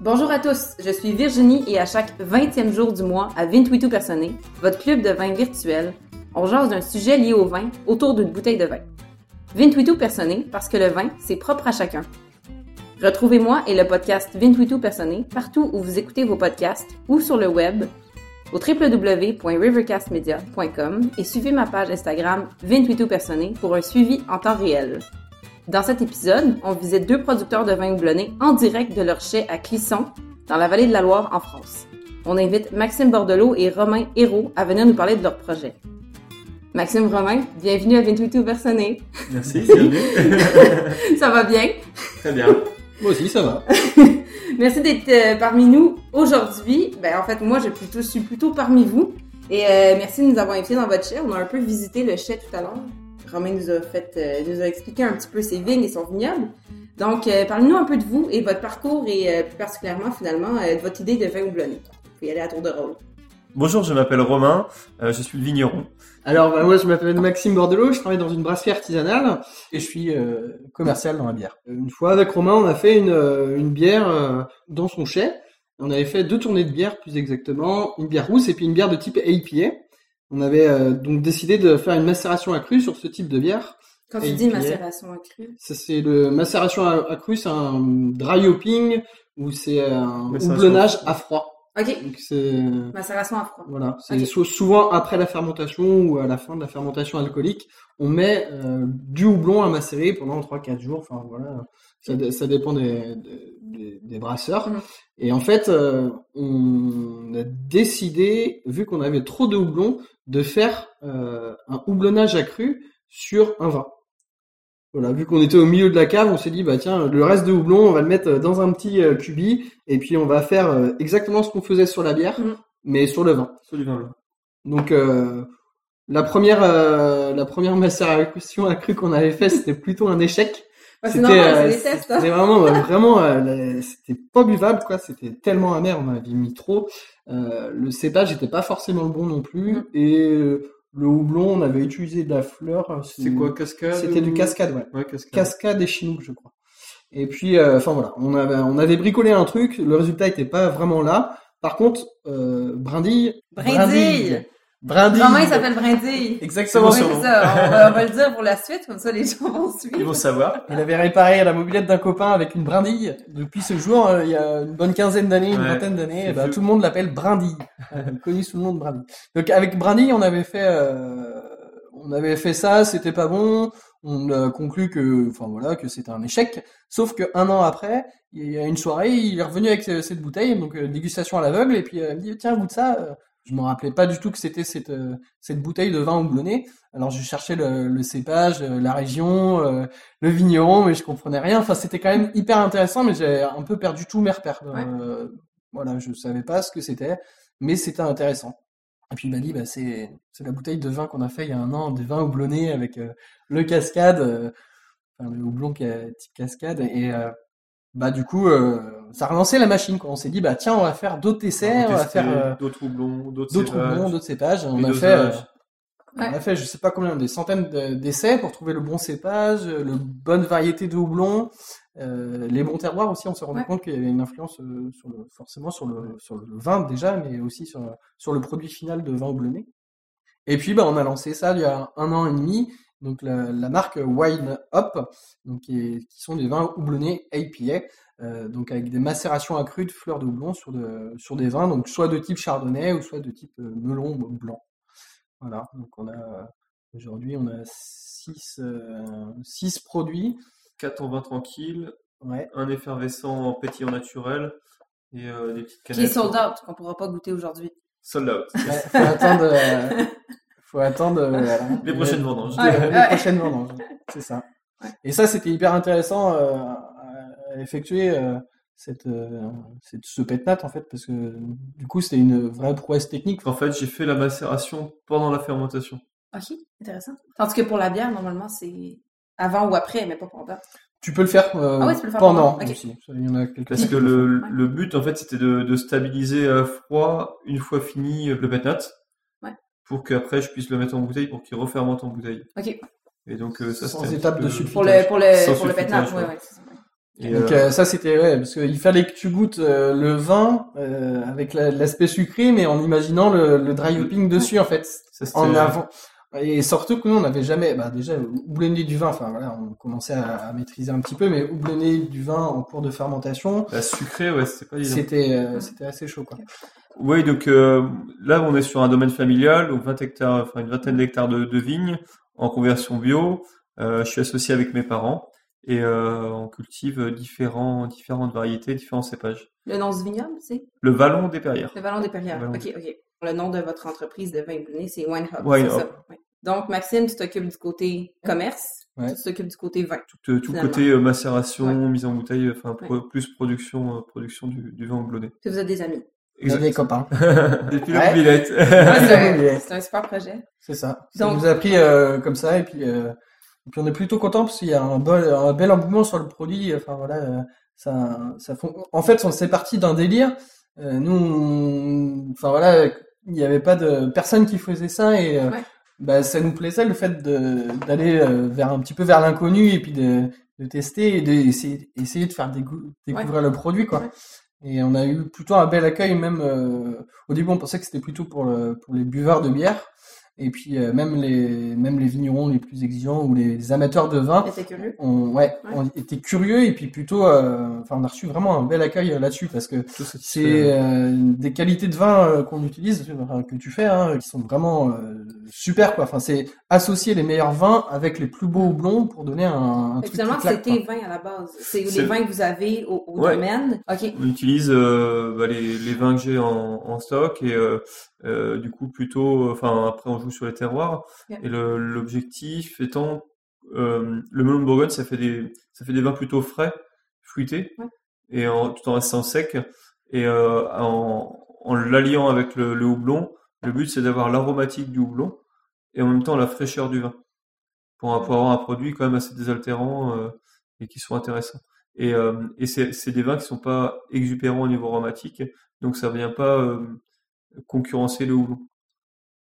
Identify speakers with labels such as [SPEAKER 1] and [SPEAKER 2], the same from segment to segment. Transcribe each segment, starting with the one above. [SPEAKER 1] Bonjour à tous, je suis Virginie et à chaque 20e jour du mois, à 28 Personné, votre club de vin virtuel, on jase d'un sujet lié au vin autour d'une bouteille de vin. 28 Personné, parce que le vin, c'est propre à chacun. Retrouvez-moi et le podcast 28 Personné partout où vous écoutez vos podcasts ou sur le web au www.rivercastmedia.com et suivez ma page Instagram 28 Personné pour un suivi en temps réel. Dans cet épisode, on visite deux producteurs de vin houblonné en direct de leur chai à Clisson, dans la vallée de la Loire, en France. On invite Maxime Bordelot et Romain Hérault à venir nous parler de leur projet. Maxime Romain, bienvenue à 28 tout personné.
[SPEAKER 2] Merci, bienvenue.
[SPEAKER 1] Ça va bien?
[SPEAKER 2] Très bien.
[SPEAKER 3] Moi aussi, ça va.
[SPEAKER 1] Merci d'être euh, parmi nous aujourd'hui. Ben, en fait, moi, je, plutôt, je suis plutôt parmi vous. Et euh, merci de nous avoir invités dans votre chai. On a un peu visité le chai tout à l'heure. Romain nous a fait, euh, nous a expliqué un petit peu ses vignes et son vignoble. Donc, euh, parlez-nous un peu de vous et votre parcours et euh, plus particulièrement, finalement, euh, de votre idée de vin houblonné. Vous pouvez y aller à tour de rôle.
[SPEAKER 2] Bonjour, je m'appelle Romain, euh, je suis vigneron.
[SPEAKER 3] Alors, bah, moi, je m'appelle Maxime Bordelot, je travaille dans une brasserie artisanale et je suis euh, commercial dans la bière. Euh, Une fois, avec Romain, on a fait une, euh, une bière euh, dans son chai. On avait fait deux tournées de bière, plus exactement, une bière rousse et puis une bière de type APA. On avait euh, donc décidé de faire une macération accrue sur ce type de bière.
[SPEAKER 1] Quand
[SPEAKER 3] Et
[SPEAKER 1] tu dis
[SPEAKER 3] puis,
[SPEAKER 1] macération accrue,
[SPEAKER 3] Ça, c'est le macération à- accrue, c'est un dry hopping ou c'est euh, un
[SPEAKER 2] Macération
[SPEAKER 3] houblonnage à froid.
[SPEAKER 1] OK,
[SPEAKER 3] Donc, c'est... euh,
[SPEAKER 1] macération à froid.
[SPEAKER 3] Voilà, c'est
[SPEAKER 1] Ok.
[SPEAKER 3] sou- souvent après la fermentation ou à la fin de la fermentation alcoolique, on met euh, du houblon à macérer pendant 3-4 jours. Enfin voilà, ça, dé- ça dépend des, des- des- des brasseurs.
[SPEAKER 1] Mhm.
[SPEAKER 3] Et en fait, euh, on a décidé, vu qu'on avait trop de houblon, de faire euh, un houblonnage accru sur un vin. Voilà, vu qu'on était au milieu de la cave, on s'est dit bah tiens, le reste de houblon, on va le mettre dans un petit euh, cubi et puis on va faire euh, exactement ce qu'on faisait sur la bière,
[SPEAKER 1] Mhm.
[SPEAKER 3] mais sur le vin.
[SPEAKER 2] Sur du vin blanc.
[SPEAKER 3] Donc euh, la première euh, la première macération accrue qu'on avait fait, c'était plutôt un échec.
[SPEAKER 1] Ouais, c'est
[SPEAKER 3] C'était,
[SPEAKER 1] normal,
[SPEAKER 3] euh,
[SPEAKER 1] c'est des tests. hein.
[SPEAKER 3] C'était vraiment euh, vraiment euh, la- c'était pas buvable quoi, c'était tellement amer, on avait mis trop. Euh, le cépage n'était pas forcément le bon non plus
[SPEAKER 1] Mm.
[SPEAKER 3] et euh, le houblon, on avait utilisé de la fleur. euh,
[SPEAKER 2] C'est quoi, cascade
[SPEAKER 3] C'était euh, du cascade, ouais.
[SPEAKER 2] Ouais, cascade.
[SPEAKER 3] Cascade et Chinook, je crois. Et puis, euh, enfin voilà, on avait, on avait bricolé un truc, le résultat était pas vraiment là. Par contre, euh, brindille.
[SPEAKER 1] Brindille.
[SPEAKER 3] Brindille.
[SPEAKER 1] Romain, il s'appelle Brindille.
[SPEAKER 3] Exactement.
[SPEAKER 1] Oui,
[SPEAKER 2] son
[SPEAKER 1] c'est
[SPEAKER 2] nom.
[SPEAKER 1] ça. On va, on va le dire pour la suite, comme ça les gens vont
[SPEAKER 2] Ils
[SPEAKER 1] suivre.
[SPEAKER 2] vont savoir.
[SPEAKER 3] Il avait réparé la mobilette d'un copain avec une brindille. Depuis ce jour, euh, il y a une bonne quinzaine d'années, une
[SPEAKER 2] Ouais,
[SPEAKER 3] vingtaine d'années,
[SPEAKER 2] c'est
[SPEAKER 3] eh ben,
[SPEAKER 2] vieux.
[SPEAKER 3] tout le monde l'appelle brindille. Euh, connu sous le nom de brindille. Donc avec brindille, on avait fait, euh, on avait fait ça, c'était pas bon. On a conclu que, enfin voilà, que c'était un échec. Sauf que un an après, il y a une soirée, il est revenu avec euh, cette bouteille, donc euh, dégustation à l'aveugle, et puis euh, il me dit tiens goûte ça. Euh, Je me rappelais pas du tout que c'était cette euh, cette bouteille de vin houblonné. Alors je cherchais le, le cépage, euh, la région, euh, le vigneron, mais je comprenais rien. Enfin, c'était quand même hyper intéressant, mais j'ai un peu perdu tous mes repères. Euh, voilà, je savais pas ce que c'était, mais c'était intéressant. Et puis il m'a dit, bah, c'est c'est la bouteille de vin qu'on a fait il y a un an, des vins houblonnés avec euh, le cascade, euh, enfin, le houblon qui est type cascade. Et euh, bah du coup, euh, ça a relancé la machine. Quoi. On s'est dit, bah tiens, on va faire d'autres essais, on, va
[SPEAKER 2] testait
[SPEAKER 3] faire euh,
[SPEAKER 2] d'autres houblons, d'autres
[SPEAKER 3] d'autres
[SPEAKER 2] cépages.
[SPEAKER 3] houblons, d'autres cépages. On
[SPEAKER 2] les
[SPEAKER 3] a fait
[SPEAKER 2] dosages.
[SPEAKER 3] euh, on a fait, je sais pas combien, des centaines de- d'essais pour trouver le bon cépage, euh, le bonne variété de houblon, euh, les bons terroirs aussi. On s'est rendu
[SPEAKER 1] Ouais.
[SPEAKER 3] compte qu'il y avait une influence euh, sur le, forcément sur le, sur le vin déjà, mais aussi sur, sur le produit final de vin houblonné. Et puis, bah, on a lancé ça il y a un an et demi. Donc, la, la marque Wine Hop, donc qui, est- qui sont des vins houblonnés APA, euh, donc avec des macérations accrues de fleurs de houblon sur, de, sur des vins, donc soit de type chardonnay ou soit de type euh, melon blanc. Voilà, donc on a aujourd'hui on a six, euh, six produits.
[SPEAKER 2] 4 en vin tranquille,
[SPEAKER 3] Ouais,
[SPEAKER 2] un effervescent en pétillant naturel et euh, des petites
[SPEAKER 1] Qui est
[SPEAKER 2] canettes.
[SPEAKER 1] sold out, qu'on pourra pas goûter aujourd'hui.
[SPEAKER 2] Sold out.
[SPEAKER 3] ouais, faut attendre. euh, faut attendre euh, voilà,
[SPEAKER 2] Les prochaines vendanges.
[SPEAKER 3] de-
[SPEAKER 1] Ouais,
[SPEAKER 3] les
[SPEAKER 1] ouais.
[SPEAKER 3] prochaines vendanges, c'est ça. Et ça, c'était hyper intéressant euh, à effectuer euh, cette, euh, cette- ce pétnat en fait, parce que du coup, c'était une vraie prouesse technique.
[SPEAKER 2] En fait, j'ai fait la macération pendant la fermentation.
[SPEAKER 1] OK, intéressant. Tandis que pour la bière, normalement, c'est avant ou après, mais pas pendant.
[SPEAKER 3] Tu peux le faire, euh,
[SPEAKER 1] Ah ouais, tu peux le faire
[SPEAKER 3] pendant
[SPEAKER 1] pendant, ok.
[SPEAKER 3] aussi. Il y en a quelques
[SPEAKER 2] Parce que le, le but, en fait, c'était de, de stabiliser à froid une fois fini euh, le pétnat.
[SPEAKER 1] Ouais.
[SPEAKER 2] Pour qu'après, je puisse le mettre en bouteille pour qu'il refermente en bouteille.
[SPEAKER 1] OK,
[SPEAKER 2] Et donc, euh, ça,
[SPEAKER 3] Sans
[SPEAKER 2] c'était un
[SPEAKER 3] étape
[SPEAKER 2] petit
[SPEAKER 3] de
[SPEAKER 2] peu-
[SPEAKER 3] sulfite.
[SPEAKER 1] pour le, pour le,
[SPEAKER 2] Sans
[SPEAKER 1] pour le
[SPEAKER 2] sulfitage,
[SPEAKER 1] pétnat,
[SPEAKER 2] ouais.
[SPEAKER 1] ouais, ouais, c'est ça. ouais.
[SPEAKER 2] Et,
[SPEAKER 3] Donc
[SPEAKER 2] euh,
[SPEAKER 3] euh, ça c'était ouais, parce qu'il fallait que tu goûtes euh, le vin euh, avec la- l'aspect sucré, mais en imaginant le, le dry hopping dessus en fait,
[SPEAKER 2] ça, c'était- euh,
[SPEAKER 3] en avant. Et surtout que nous on n'avait jamais, bah déjà houblonné du vin, enfin voilà, on commençait à, à maîtriser un petit peu, mais houblonné du vin en cours de fermentation,
[SPEAKER 2] La sucrée, ouais, c'était pas évident.
[SPEAKER 3] c'était euh, c'était assez chaud quoi.
[SPEAKER 2] Oui, donc euh, là, on est sur un domaine familial, donc 20 hectares, enfin une vingtaine d'hectares de, de vignes en conversion bio. Euh, je suis associé avec mes parents et euh, on cultive différents, différentes variétés, différents cépages.
[SPEAKER 1] Le nom du vignoble, c'est
[SPEAKER 2] Le vallon des Perrières.
[SPEAKER 1] Le Vallon des Perrières.
[SPEAKER 2] Le Vallon.
[SPEAKER 1] OK, OK. Le nom de votre entreprise de vin blonné, c'est Wine Hub.
[SPEAKER 2] Wine
[SPEAKER 1] c'est
[SPEAKER 2] Hub.
[SPEAKER 1] ça. Ouais. Donc, Maxime, tu t'occupes du côté commerce,
[SPEAKER 3] Ouais.
[SPEAKER 1] tu t'occupes du côté vin.
[SPEAKER 2] Tout, euh, tout le
[SPEAKER 1] Finalement.
[SPEAKER 2] côté euh, macération, mise en bouteille, enfin
[SPEAKER 1] Ouais.
[SPEAKER 2] pro- plus production, euh, production du, du vin houblonné.
[SPEAKER 1] Puis vous êtes des amis.
[SPEAKER 3] On a des copains,
[SPEAKER 2] Depuis
[SPEAKER 3] Ouais.
[SPEAKER 2] leur billette.
[SPEAKER 1] Ouais, c'est
[SPEAKER 3] Ouais.
[SPEAKER 1] un- c'est un super projet.
[SPEAKER 3] c'est ça.
[SPEAKER 1] Donc-
[SPEAKER 3] On nous a pris euh, comme ça et puis euh, et puis on est plutôt content parce qu'il y a un, bol- un bel engouement sur le produit. Enfin voilà, euh, ça, ça fon- En fait, on s'est parti d'un délire. Euh, nous, on- enfin voilà, il n'y avait pas de personne qui faisait ça et euh,
[SPEAKER 1] Ouais.
[SPEAKER 3] bah, ça nous plaisait le fait de- d'aller euh, vers un petit peu vers l'inconnu et puis de, de tester et d'essayer essayer de faire décou- découvrir le produit quoi.
[SPEAKER 1] Ouais.
[SPEAKER 3] Et on a eu plutôt un bel accueil même. euh, au début, on pensait que c'était plutôt pour le- pour les buveurs de bière. Et puis euh, même les même les vignerons les plus exigeants ou les amateurs de vin
[SPEAKER 1] J'étais curieux.
[SPEAKER 3] on, ouais,
[SPEAKER 1] Ouais.
[SPEAKER 3] on était curieux et puis plutôt, euh, enfin, on a reçu vraiment un bel accueil euh, là-dessus parce que c'est euh, des qualités de vin euh, qu'on utilise, euh, que tu fais, hein, qui sont vraiment euh, super quoi. Enfin, c'est associer les meilleurs vins avec les plus beaux houblons pour donner un, un
[SPEAKER 1] Fait que
[SPEAKER 3] truc qui
[SPEAKER 1] Finalement,
[SPEAKER 3] claque,
[SPEAKER 1] c'était vin à la base. C'est les
[SPEAKER 2] C'est-
[SPEAKER 1] vins que vous avez au, au
[SPEAKER 2] Ouais.
[SPEAKER 1] domaine. OK.
[SPEAKER 2] On utilise euh, bah, les, les vins que j'ai en, en stock et euh, euh, du coup plutôt, enfin après on joue sur les terroirs
[SPEAKER 1] Yeah.
[SPEAKER 2] et le- l'objectif étant euh, le melon de Bourgogne, ça fait des ça fait des vins plutôt frais, fruités
[SPEAKER 1] Ouais.
[SPEAKER 2] et en, tout en restant sec et euh, en, en l'alliant avec le, le houblon, le but c'est d'avoir l'aromatique du houblon et en même temps la fraîcheur du vin pour,
[SPEAKER 1] Mmh.
[SPEAKER 2] pour avoir un produit quand même assez désaltérant euh, et qui soit intéressant. Et, euh, et c'est c'est des vins qui sont pas exubérants au niveau aromatique, donc ça vient pas euh, concurrencer le houblon.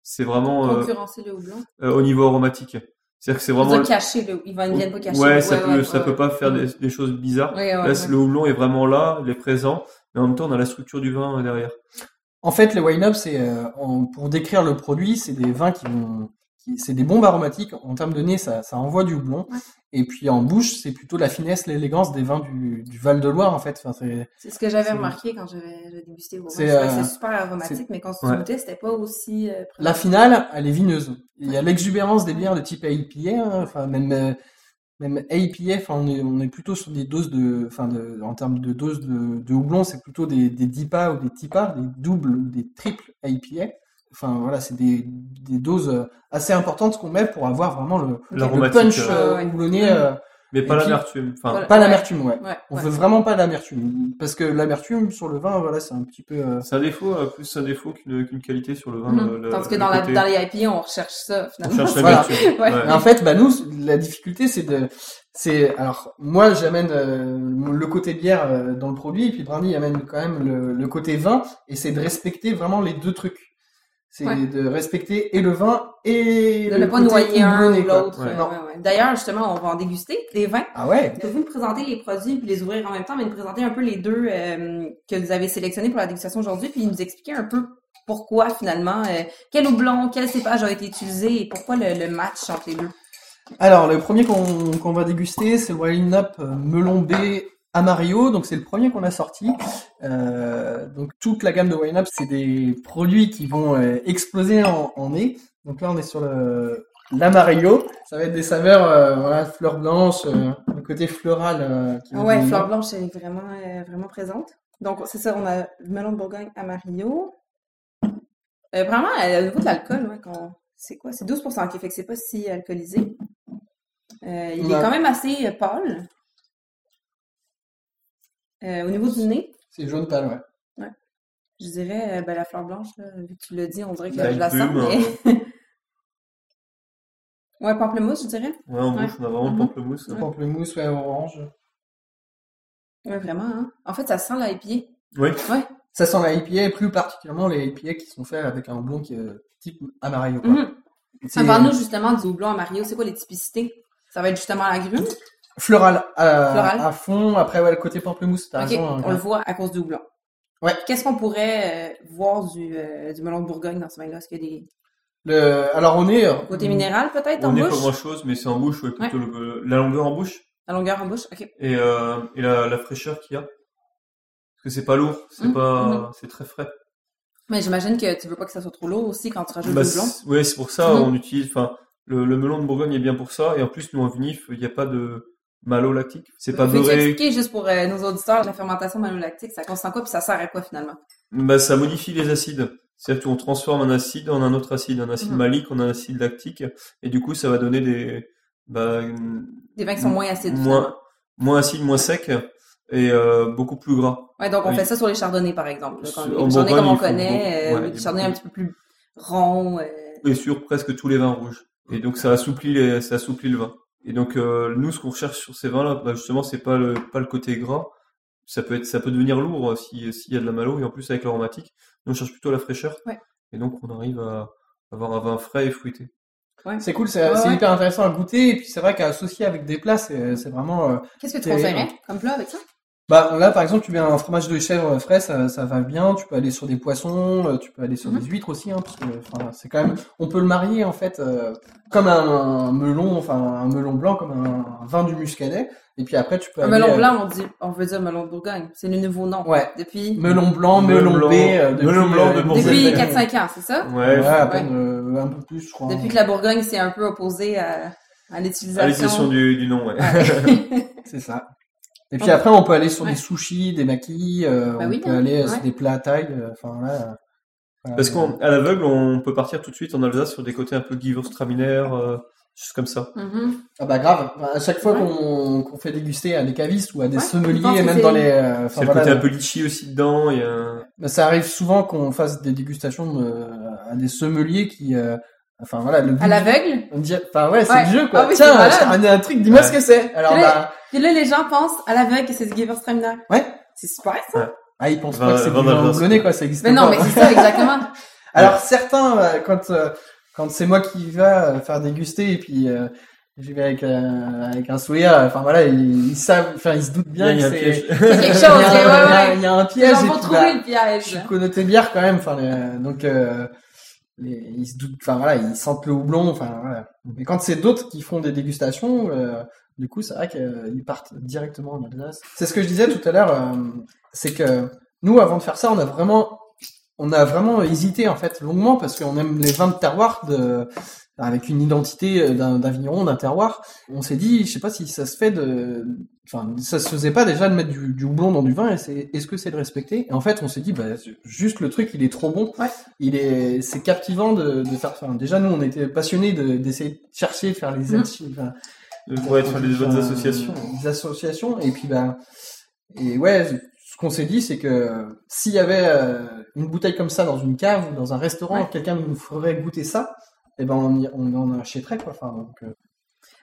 [SPEAKER 2] C'est vraiment euh,
[SPEAKER 1] Concurrencer le houblon.
[SPEAKER 2] euh, au niveau aromatique. C'est-à-dire que c'est vraiment.
[SPEAKER 1] Vraiment... cacher le Ils ne viennent pas cacher
[SPEAKER 2] ouais,
[SPEAKER 1] le-
[SPEAKER 2] ça peut, ça
[SPEAKER 1] ouais,
[SPEAKER 2] peut
[SPEAKER 1] ouais. Mmh.
[SPEAKER 2] pas faire des, des choses bizarres.
[SPEAKER 1] Ouais, ouais,
[SPEAKER 2] là,
[SPEAKER 1] ouais.
[SPEAKER 2] c'est- le houblon est vraiment là, il est présent, mais en même temps, on a la structure du vin euh, derrière.
[SPEAKER 3] En fait, le wine-up, c'est euh, en- pour décrire le produit, c'est des vins qui vont, qui- c'est des bombes aromatiques. En termes de nez, ça, ça envoie du houblon.
[SPEAKER 1] Ouais.
[SPEAKER 3] Et puis en bouche, c'est plutôt la finesse, l'élégance des vins du, du Val de Loire, en fait. Enfin, c'est,
[SPEAKER 1] C'est ce que j'avais
[SPEAKER 3] C'est-
[SPEAKER 1] remarqué quand j'avais j'avais dégusté au
[SPEAKER 3] C'est,
[SPEAKER 1] C'est
[SPEAKER 3] euh,
[SPEAKER 1] c'est super aromatique, mais quand tu
[SPEAKER 2] Ouais.
[SPEAKER 1] goûtais, c'était pas aussi. euh, présent.
[SPEAKER 3] la finale, elle est vineuse. Il y a l'exubérance des bières de type AIPA, hein, enfin même euh, même AIPA. Enfin, on est, on est plutôt sur des doses de, enfin, de- en termes de doses de, de houblon, c'est plutôt des des 10 pas ou des 10 pas, des doubles ou des triples AIPA. Enfin voilà, c'est des, des doses euh, assez importantes qu'on met pour avoir vraiment le, le
[SPEAKER 2] L'aromatique,
[SPEAKER 3] punch
[SPEAKER 2] euh,
[SPEAKER 3] euh,
[SPEAKER 1] Ah Ouais, ouais.
[SPEAKER 3] houblonné, euh,
[SPEAKER 2] mais pas
[SPEAKER 3] et puis-
[SPEAKER 2] l'amertume. Enfin,
[SPEAKER 1] Voilà.
[SPEAKER 3] pas l'amertume, ouais.
[SPEAKER 1] Ouais,
[SPEAKER 3] On
[SPEAKER 1] ouais.
[SPEAKER 3] veut vraiment pas l'amertume, parce que l'amertume sur le vin, voilà, c'est un petit peu. euh,
[SPEAKER 2] c'est un défaut, euh, plus un défaut qu'une qu'une qualité sur le vin.
[SPEAKER 1] Mhm.
[SPEAKER 2] euh, le- le-
[SPEAKER 1] Tandis que
[SPEAKER 2] le
[SPEAKER 1] dans, la,
[SPEAKER 2] côté-
[SPEAKER 1] dans les IP, on recherche ça,
[SPEAKER 2] on
[SPEAKER 1] finalement.
[SPEAKER 2] cherche
[SPEAKER 3] Voilà.
[SPEAKER 2] l'amertume.
[SPEAKER 1] Ouais.
[SPEAKER 2] Ouais.
[SPEAKER 3] Mais en fait, bah nous, la difficulté, c'est de, c'est, alors moi j'amène euh, le côté bière euh, dans le produit, et puis Brandy amène quand même le, le côté vin, et c'est de respecter vraiment les deux trucs. C'est
[SPEAKER 1] Ouais.
[SPEAKER 3] de respecter et le vin et
[SPEAKER 1] De ne pas
[SPEAKER 3] côté
[SPEAKER 1] noyer un
[SPEAKER 3] houblonné,
[SPEAKER 1] ou
[SPEAKER 3] quoi.
[SPEAKER 1] l'autre.
[SPEAKER 2] Ouais.
[SPEAKER 1] Ouais,
[SPEAKER 3] Non.
[SPEAKER 1] ouais, ouais. D'ailleurs, justement, on va en déguster des vins.
[SPEAKER 3] Ah ouais.
[SPEAKER 1] Pouvez-vous nous présenter les produits puis les ouvrir en même temps, mais nous présenter un peu les deux euh, que vous avez sélectionnés pour la dégustation aujourd'hui, puis nous expliquer un peu pourquoi finalement, euh, quel houblon, quel cépage a été utilisé et pourquoi le, le match entre les deux.
[SPEAKER 3] Alors, le premier qu'on qu'on va déguster, c'est le Wild Up euh, Melon B Amario. Donc, c'est le premier qu'on a sorti. Euh, donc, toute la gamme de Wild Up, c'est des produits qui vont euh, exploser en, en nez. Donc là, on est sur le l'Amario. Ça va être des saveurs, euh, voilà, fleurs blanches, euh, le côté floral. euh, qui va
[SPEAKER 1] Ah Ouais,
[SPEAKER 3] venir.
[SPEAKER 1] fleur blanche est vraiment, euh, vraiment présente. Donc, c'est ça, on a le melon de Bourgogne à Mario. Euh, vraiment, euh, au niveau de l'alcool, ouais, qu'on- c'est quoi? C'est 12%, ok, fait que c'est pas si alcoolisé. Euh, il
[SPEAKER 3] Ouais.
[SPEAKER 1] est quand même assez euh, pâle. Euh, au niveau du nez,
[SPEAKER 3] C'est jaune pâle, ouais.
[SPEAKER 1] je dirais euh, ben, la fleur blanche, là, vu que tu l'as dit, on dirait que
[SPEAKER 2] La
[SPEAKER 1] je la sens,
[SPEAKER 2] plume, hein.
[SPEAKER 1] mais... ouais, pamplemousse, je dirais.
[SPEAKER 2] Ouais, en
[SPEAKER 1] Ouais.
[SPEAKER 2] bouche, on a vraiment le
[SPEAKER 1] Mhm.
[SPEAKER 2] pamplemousse.
[SPEAKER 3] Le pamplemousse, ouais, orange.
[SPEAKER 1] Ouais, vraiment, hein. En fait, ça sent la IPA.
[SPEAKER 2] Oui.
[SPEAKER 1] Ouais.
[SPEAKER 3] Ça sent la IPA, plus particulièrement les IPA qui sont faits avec un blond qui est euh, type Amario. quoi.
[SPEAKER 1] Mhm.
[SPEAKER 3] C'est-
[SPEAKER 1] Ah, Parle-nous justement du houblon à Mario. C'est quoi les typicités? Ça va être justement la grume.
[SPEAKER 3] Floral, à,
[SPEAKER 1] Floral.
[SPEAKER 3] à fond. Après, ouais, le côté pamplemousse, t'as
[SPEAKER 1] Ok,
[SPEAKER 3] raison. hein,
[SPEAKER 1] on le voit à cause du houblon.
[SPEAKER 3] Ouais.
[SPEAKER 1] Qu'est-ce qu'on pourrait euh, voir du, euh, du melon de Bourgogne dans ce vin-là? Est-ce qu'il y a des
[SPEAKER 3] Le- Alors, on est... euh,
[SPEAKER 1] côtés minéraux peut-être en
[SPEAKER 2] Mm. On n'est pas
[SPEAKER 1] bouche?
[SPEAKER 2] grand chose, mais c'est en bouche, ouais, plutôt le- la longueur en bouche
[SPEAKER 1] La longueur en bouche? Ok.
[SPEAKER 2] et, euh, et la, la fraîcheur qu'il y a. Parce que c'est pas lourd, c'est
[SPEAKER 1] Mhm,
[SPEAKER 2] pas, c'est très frais.
[SPEAKER 1] Mais j'imagine que tu veux pas que ça soit trop lourd aussi quand tu rajoutes
[SPEAKER 2] Bah,
[SPEAKER 1] du houblon.
[SPEAKER 2] c'est- ouais, c'est pour ça
[SPEAKER 1] Mhm.
[SPEAKER 2] on utilise. Enfin, le, le melon de Bourgogne est bien pour ça. Et en plus, nous en vinif, il n'y a pas de malolactique. C'est pas
[SPEAKER 1] Peux-tu
[SPEAKER 2] beurré.
[SPEAKER 1] expliquer juste pour euh, nos auditeurs la fermentation malolactique, ça consiste en quoi puis ça sert à quoi finalement?
[SPEAKER 2] Bah, ça modifie les acides. C'est-à-dire qu'on transforme un acide en un autre acide, un acide
[SPEAKER 1] Mhm.
[SPEAKER 2] malique en un acide lactique, et du coup, ça va donner des bah, une-
[SPEAKER 1] Des vins qui sont moins acides. finalement.
[SPEAKER 2] moins moins acide, moins sec et euh, beaucoup plus gras.
[SPEAKER 1] Ouais, donc on
[SPEAKER 2] Oui.
[SPEAKER 1] fait ça sur les chardonnays par exemple. là, quand-
[SPEAKER 2] Sur-
[SPEAKER 1] les
[SPEAKER 2] en
[SPEAKER 1] chardonnays
[SPEAKER 2] Bourgogne,
[SPEAKER 1] comme on
[SPEAKER 2] il faut
[SPEAKER 1] connaît,
[SPEAKER 2] beaucoup-
[SPEAKER 1] euh,
[SPEAKER 2] ouais,
[SPEAKER 1] les
[SPEAKER 2] il y a
[SPEAKER 1] chardonnays un petit peu plus ronds. euh,
[SPEAKER 2] et sur presque tous les vins rouges. Et donc ça assouplit les, ça assouplit le vin. Et donc euh, nous ce qu'on recherche sur ces vins-là, bah, justement c'est pas le pas le côté gras. Ça peut être ça peut devenir lourd euh, si s'il y a de la malo et en plus avec l'aromatique, nous on cherche plutôt la fraîcheur.
[SPEAKER 1] Ouais.
[SPEAKER 2] Et donc on arrive à avoir un vin frais et fruité.
[SPEAKER 3] C'est cool, c'est
[SPEAKER 1] Ouais,
[SPEAKER 3] c'est
[SPEAKER 1] ouais.
[SPEAKER 3] hyper intéressant à goûter. Et puis, c'est vrai qu'à associer avec des plats, c'est c'est vraiment... euh,
[SPEAKER 1] Qu'est-ce que tu
[SPEAKER 3] Et-
[SPEAKER 1] conseillerais comme plat avec ça?
[SPEAKER 3] Bah là par exemple tu mets un fromage de chèvre frais ça, ça va bien, tu peux aller sur des poissons, euh, tu peux aller sur
[SPEAKER 1] Mhm.
[SPEAKER 3] des huîtres aussi hein, parce que enfin, c'est quand même on peut le marier en fait euh, comme un, un melon enfin un melon blanc comme un, un vin du muscadet et puis après tu peux
[SPEAKER 2] Bah,
[SPEAKER 1] Un
[SPEAKER 3] aller,
[SPEAKER 1] melon
[SPEAKER 3] euh,
[SPEAKER 1] blanc, on, dit, on veut dire melon de Bourgogne. C'est le nouveau nom.
[SPEAKER 3] Ouais.
[SPEAKER 1] Depuis,
[SPEAKER 3] euh, melon blanc, melon,
[SPEAKER 2] Melon blanc,
[SPEAKER 3] B euh, depuis,
[SPEAKER 2] melon blanc de
[SPEAKER 3] euh,
[SPEAKER 2] Bourgogne.
[SPEAKER 1] depuis
[SPEAKER 2] Bourgogne.
[SPEAKER 1] 4-5 ans, c'est ça?
[SPEAKER 2] Ouais.
[SPEAKER 3] Ouais, à peine, euh, un peu plus je crois.
[SPEAKER 1] Depuis que la Bourgogne s'est un peu opposée à, à l'utilisation.
[SPEAKER 2] À l'utilisation du, du nom. Ouais.
[SPEAKER 1] Ouais.
[SPEAKER 3] C'est ça. Et puis après on peut aller sur
[SPEAKER 1] Ah bah. Ouais.
[SPEAKER 3] des sushis, des maquis, euh,
[SPEAKER 1] Bah
[SPEAKER 3] on
[SPEAKER 1] oui,
[SPEAKER 3] peut
[SPEAKER 1] hein,
[SPEAKER 3] aller euh, sur
[SPEAKER 1] ouais.
[SPEAKER 3] des plats à taille euh, enfin là euh, voilà.
[SPEAKER 2] Parce qu'à l'aveugle on peut partir tout de suite en Alsace sur des côtés un peu Gewürztraminer, euh, choses comme ça.
[SPEAKER 1] Mhm.
[SPEAKER 3] Ah bah grave, Enfin, à chaque fois
[SPEAKER 1] Ouais.
[SPEAKER 3] qu'on qu'on fait déguster à des cavistes ou à des
[SPEAKER 1] Ouais, je pense
[SPEAKER 3] sommeliers,
[SPEAKER 1] que
[SPEAKER 3] même
[SPEAKER 1] c'est-
[SPEAKER 3] dans les... euh, enfin,
[SPEAKER 2] C'est le
[SPEAKER 3] voilà,
[SPEAKER 2] côté un peu litchi aussi dedans. Il y a...
[SPEAKER 3] bah, Ça arrive souvent qu'on fasse des dégustations euh, à des sommeliers qui... euh, Enfin voilà, le but...
[SPEAKER 1] À l'aveugle.
[SPEAKER 3] on dit- Enfin ouais, c'est
[SPEAKER 1] Ouais.
[SPEAKER 3] le jeu quoi.
[SPEAKER 1] Ah oui, c'est
[SPEAKER 3] Tiens,
[SPEAKER 1] malade.
[SPEAKER 3] j'ai ramené un truc, dis-moi
[SPEAKER 2] Ouais.
[SPEAKER 3] ce que c'est. Alors
[SPEAKER 1] Ouais.
[SPEAKER 3] bah...
[SPEAKER 1] Puis là, les gens pensent à l'aveugle que c'est du Gewürztraminer.
[SPEAKER 3] Ouais.
[SPEAKER 1] C'est super, ça.
[SPEAKER 3] Ah, ils pensent
[SPEAKER 2] Vin-
[SPEAKER 3] pas que c'est du
[SPEAKER 2] vin
[SPEAKER 3] vin
[SPEAKER 2] d'Alsace.
[SPEAKER 3] houblonné, quoi, ça existe
[SPEAKER 1] Mais non,
[SPEAKER 3] pas.
[SPEAKER 1] mais c'est ça, exactement.
[SPEAKER 3] Alors certains, euh, quand euh, quand c'est moi qui va euh, faire déguster et puis euh, j'y vais avec euh, avec un sourire, euh, enfin voilà, ils, ils savent, enfin ils se doutent bien
[SPEAKER 2] il y
[SPEAKER 3] que
[SPEAKER 2] a un
[SPEAKER 3] c'est
[SPEAKER 2] piège.
[SPEAKER 1] C'est quelque chose,
[SPEAKER 3] il y a-
[SPEAKER 1] ouais,
[SPEAKER 3] il y a-
[SPEAKER 1] ouais, ouais.
[SPEAKER 3] il y a un
[SPEAKER 1] Ils
[SPEAKER 3] piège. et
[SPEAKER 1] en vont
[SPEAKER 3] puis, bah,
[SPEAKER 1] trouver le
[SPEAKER 3] je suis
[SPEAKER 1] piège.
[SPEAKER 3] connoté bière quand même. Enfin, les- donc euh, les- ils se doutent. Enfin voilà, ils sentent le houblon. Enfin voilà. Mais quand c'est d'autres qui font des dégustations, euh, du coup, c'est vrai qu'ils partent directement en Alsace. C'est ce que je disais tout à l'heure. euh, c'est que nous, avant de faire ça, on a vraiment, on a vraiment hésité en fait longuement parce qu'on aime les vins de terroir de avec une identité euh, d'un d'un vigneron, d'un terroir. On s'est dit, je sais pas si ça se fait de, enfin, ça se faisait pas déjà de mettre du, du houblon dans du vin, et c'est, est-ce que c'est de respecter Et en fait, on s'est dit, bah, c'est- juste le truc, il est trop bon.
[SPEAKER 1] Ouais.
[SPEAKER 3] Il est, c'est captivant de, de faire. Enfin, déjà, nous, on était passionnés de, d'essayer de chercher, de faire les
[SPEAKER 1] Mhm.
[SPEAKER 3] archives, enfin,
[SPEAKER 2] Pour être sur des bonnes
[SPEAKER 3] euh,
[SPEAKER 2] associations.
[SPEAKER 3] Des associations, et puis bah, et ouais, ce qu'on s'est dit, c'est que s'il y avait euh, une bouteille comme ça dans une cave ou dans un restaurant,
[SPEAKER 1] Ouais.
[SPEAKER 3] quelqu'un nous ferait goûter ça, et ben on, y- on en achèterait quoi. Enfin, donc, euh,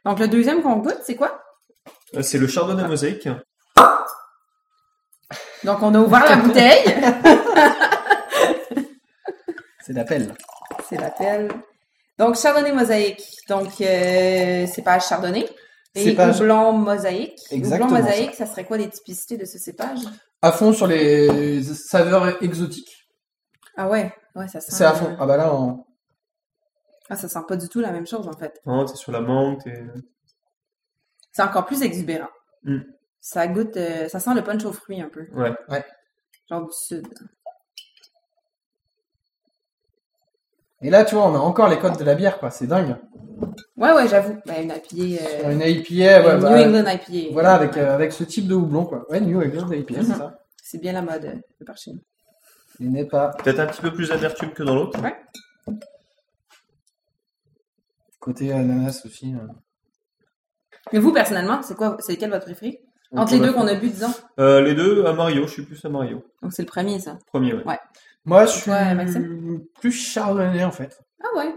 [SPEAKER 1] Donc, le deuxième qu'on goûte, c'est quoi?
[SPEAKER 2] Euh, C'est le chardonnay mosaïque.
[SPEAKER 1] Donc, on a ouvert Ah, la bouteille.
[SPEAKER 3] c'est l'appel.
[SPEAKER 1] C'est l'appel. Donc, chardonnay mosaïque. Donc, euh, cépage chardonnay.
[SPEAKER 3] C'est
[SPEAKER 1] Et
[SPEAKER 3] pas-
[SPEAKER 1] houblon mosaïque.
[SPEAKER 3] Exactement,
[SPEAKER 1] Houblon mosaïque, ça. serait quoi les typicités de ce cépage?
[SPEAKER 3] À fond sur les saveurs exotiques.
[SPEAKER 1] Ah ouais, ouais, ça sent.
[SPEAKER 3] C'est à fond. Ah bah là, on-
[SPEAKER 1] Ah, ça sent pas du tout la même chose, en fait.
[SPEAKER 2] Non, hein, t'es sur la menthe. t'es-
[SPEAKER 1] C'est encore plus exubérant.
[SPEAKER 3] Hmm.
[SPEAKER 2] Mm.
[SPEAKER 1] Ça goûte, euh, ça sent le punch aux fruits un peu,
[SPEAKER 2] Ouais.
[SPEAKER 1] genre du sud.
[SPEAKER 3] Et là, tu vois, on a encore les codes de la bière, quoi. C'est dingue.
[SPEAKER 1] Ouais, ouais, j'avoue. Ben, une IPA, euh,
[SPEAKER 3] Une IPA, ouais,
[SPEAKER 1] une
[SPEAKER 3] bah,
[SPEAKER 1] New England IPA.
[SPEAKER 3] voilà, avec, euh, avec ce type de houblon, quoi. Ouais, New England IPA, c'est
[SPEAKER 1] Mhm.
[SPEAKER 3] ça.
[SPEAKER 1] C'est bien la mode, euh, de par chez nous.
[SPEAKER 3] Il n'est pas
[SPEAKER 2] Peut-être un petit peu plus d'amertume que dans l'autre.
[SPEAKER 3] côté ananas aussi. hein.
[SPEAKER 1] Mais vous, personnellement, c'est quoi, c'est lequel votre préféré? Entre les deux qu'on a bu, disons.
[SPEAKER 2] Euh, les deux à Mario, je suis plus à Mario.
[SPEAKER 1] Donc, c'est le premier, ça.
[SPEAKER 2] Premier, ouais.
[SPEAKER 3] Moi, je suis
[SPEAKER 1] Ouais, Maxime
[SPEAKER 3] plus chardonnay, en fait.
[SPEAKER 1] Ah ouais.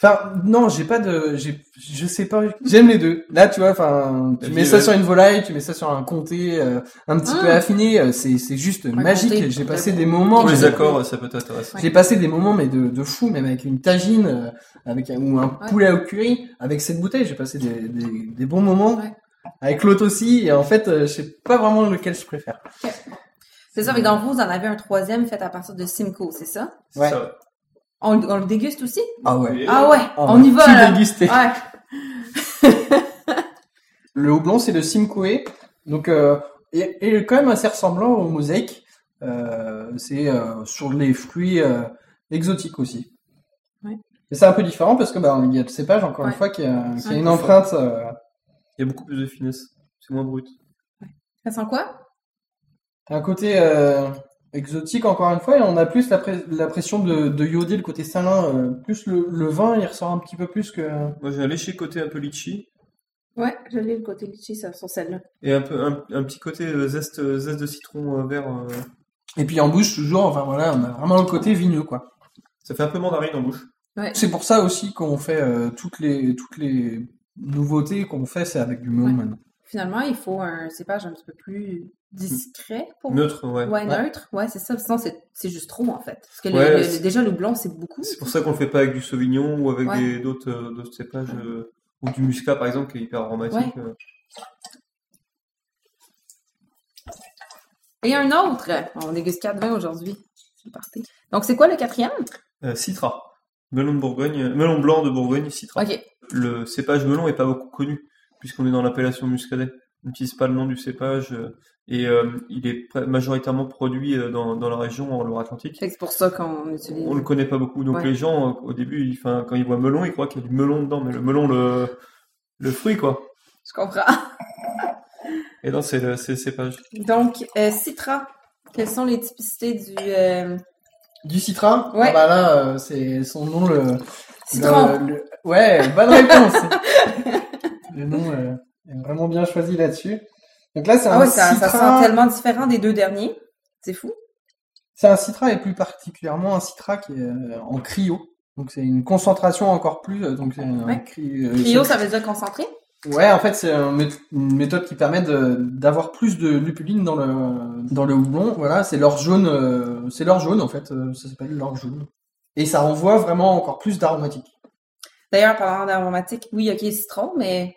[SPEAKER 3] Enfin, non, j'ai pas de, j'ai, je sais pas. J'aime les deux. Là, tu vois, enfin, tu
[SPEAKER 2] La
[SPEAKER 3] mets
[SPEAKER 2] vie,
[SPEAKER 3] ça
[SPEAKER 2] ouais.
[SPEAKER 3] sur une volaille, tu mets ça sur un comté euh, un petit
[SPEAKER 1] Ah.
[SPEAKER 3] peu affiné, euh, c'est, c'est juste magique.
[SPEAKER 1] comté,
[SPEAKER 3] J'ai
[SPEAKER 1] comté.
[SPEAKER 3] passé des moments.
[SPEAKER 1] Ouais,
[SPEAKER 2] les
[SPEAKER 3] mais-
[SPEAKER 2] accords, ça peut t'intéresser.
[SPEAKER 1] Ouais.
[SPEAKER 3] J'ai passé des moments mais de, de fou, même avec une tagine, euh, avec un- ou un
[SPEAKER 1] Ouais.
[SPEAKER 3] poulet au curry, avec cette bouteille, j'ai passé des, des, des bons moments.
[SPEAKER 1] Ouais.
[SPEAKER 3] avec l'autre aussi. Et en fait, euh, je sais pas vraiment lequel je préfère.
[SPEAKER 1] C'est ça, mais
[SPEAKER 2] Mm.
[SPEAKER 1] dans vous, vous en avez un troisième fait à partir de Simcoe, c'est ça?
[SPEAKER 2] C'est
[SPEAKER 3] Ouais.
[SPEAKER 2] ça.
[SPEAKER 1] On, le- on le déguste aussi?
[SPEAKER 3] Ah ouais.
[SPEAKER 2] Et-
[SPEAKER 1] Ah ouais,
[SPEAKER 3] Ah
[SPEAKER 1] on
[SPEAKER 3] ouais.
[SPEAKER 1] y va
[SPEAKER 3] Tout
[SPEAKER 1] là.
[SPEAKER 3] dégusté.
[SPEAKER 1] Ouais.
[SPEAKER 3] Le houblon, c'est le Simcoe. Donc, euh, et, et quand même assez ressemblant au mosaïque. Euh, c'est euh, sur les fruits euh, exotiques aussi.
[SPEAKER 1] Ouais.
[SPEAKER 3] Et c'est un peu différent parce que bah, il y a le cépage, encore
[SPEAKER 1] Ouais.
[SPEAKER 3] une fois, qui a, qui a
[SPEAKER 1] Ouais.
[SPEAKER 3] une empreinte. euh,
[SPEAKER 2] Il y a beaucoup plus de finesse. C'est moins brut.
[SPEAKER 1] Ça sent quoi?
[SPEAKER 3] un côté euh, exotique, encore une fois, et on a plus la, pré- la pression de, de iodé, le côté salin. euh, plus le, le vin, il ressort un petit peu plus que.
[SPEAKER 2] Moi, j'ai un léger côté un peu litchi
[SPEAKER 1] Ouais, je l'ai le côté litchi, ça, sur celle-là.
[SPEAKER 2] et un, peu, un, un petit côté euh, zeste, euh, zeste de citron euh, vert. euh,
[SPEAKER 3] Et puis en bouche, toujours, enfin voilà, on a vraiment le côté vigneux, quoi.
[SPEAKER 2] Ça fait un peu mandarine en bouche.
[SPEAKER 3] C'est pour ça aussi qu'on fait euh, toutes les toutes les nouveautés qu'on fait, c'est avec du melon
[SPEAKER 1] Ouais.
[SPEAKER 3] maintenant.
[SPEAKER 1] Finalement, il faut un cépage un petit peu plus discret pour.
[SPEAKER 2] Neutre, ouais.
[SPEAKER 1] Oh. Ouais, neutre. Ouais, c'est ça. Sinon, c'est c'est juste trop, en fait. Parce que le-
[SPEAKER 2] Ouais,
[SPEAKER 1] le-
[SPEAKER 2] c'est-
[SPEAKER 1] déjà, le blanc, c'est beaucoup.
[SPEAKER 2] C'est pour ça qu'on le fait pas avec du sauvignon ou avec
[SPEAKER 1] Ouais.
[SPEAKER 2] des- d'autres euh, d'autres cépages. euh, ou du muscat, par exemple, qui est hyper aromatique. euh.
[SPEAKER 1] Et un autre. On déguste quatre vins aujourd'hui. C'est parti. Donc, c'est quoi le quatrième?
[SPEAKER 2] Euh, citra. Melon de Bourgogne, euh, melon blanc de Bourgogne, citra.
[SPEAKER 1] Ok.
[SPEAKER 2] Le cépage melon est pas beaucoup connu, puisqu'on est dans l'appellation muscadet. On n'utilise pas le nom du cépage, euh, et euh, il est pr- majoritairement produit euh, dans, dans la région, en Loire-Atlantique.
[SPEAKER 1] Fait que C'est pour ça qu'on utilise.
[SPEAKER 2] On le connaît pas beaucoup, donc
[SPEAKER 1] Ouais.
[SPEAKER 2] les gens, euh, au début, ils- 'fin, quand ils voient melon, ils croient qu'il y a du melon dedans, mais le melon, le, le fruit, quoi.
[SPEAKER 1] Je comprends.
[SPEAKER 2] Et non, c'est le, c'est le cépage.
[SPEAKER 1] Donc, euh, citra. Quelles sont les typicités du euh,
[SPEAKER 3] Du citron
[SPEAKER 1] Ouais.
[SPEAKER 3] ah bah là, euh, c'est son nom le.
[SPEAKER 1] citron?
[SPEAKER 3] le- le- Ouais, bonne réponse. le nom euh, est vraiment bien choisi là-dessus. Donc là, c'est
[SPEAKER 1] Ah
[SPEAKER 3] un
[SPEAKER 1] ouais, ça, ça
[SPEAKER 3] citrin-
[SPEAKER 1] sent tellement différent des deux derniers. C'est fou.
[SPEAKER 3] C'est un citra et plus particulièrement un citra qui est euh, en cryo. Donc c'est une concentration encore plus. euh, Donc c'est un
[SPEAKER 1] Ouais.
[SPEAKER 3] cri- euh,
[SPEAKER 1] Cryo, ça veut dire concentré.
[SPEAKER 3] Ouais, en fait, c'est un mé- une méthode qui permet de- d'avoir plus de lupuline dans le, dans le houblon. Voilà, c'est l'or jaune, euh, c'est l'or jaune en fait, euh, ça s'appelle l'or jaune. Et ça renvoie vraiment encore plus d'aromatique.
[SPEAKER 1] D'ailleurs, parlant d'aromatique, oui, ok, citron, mais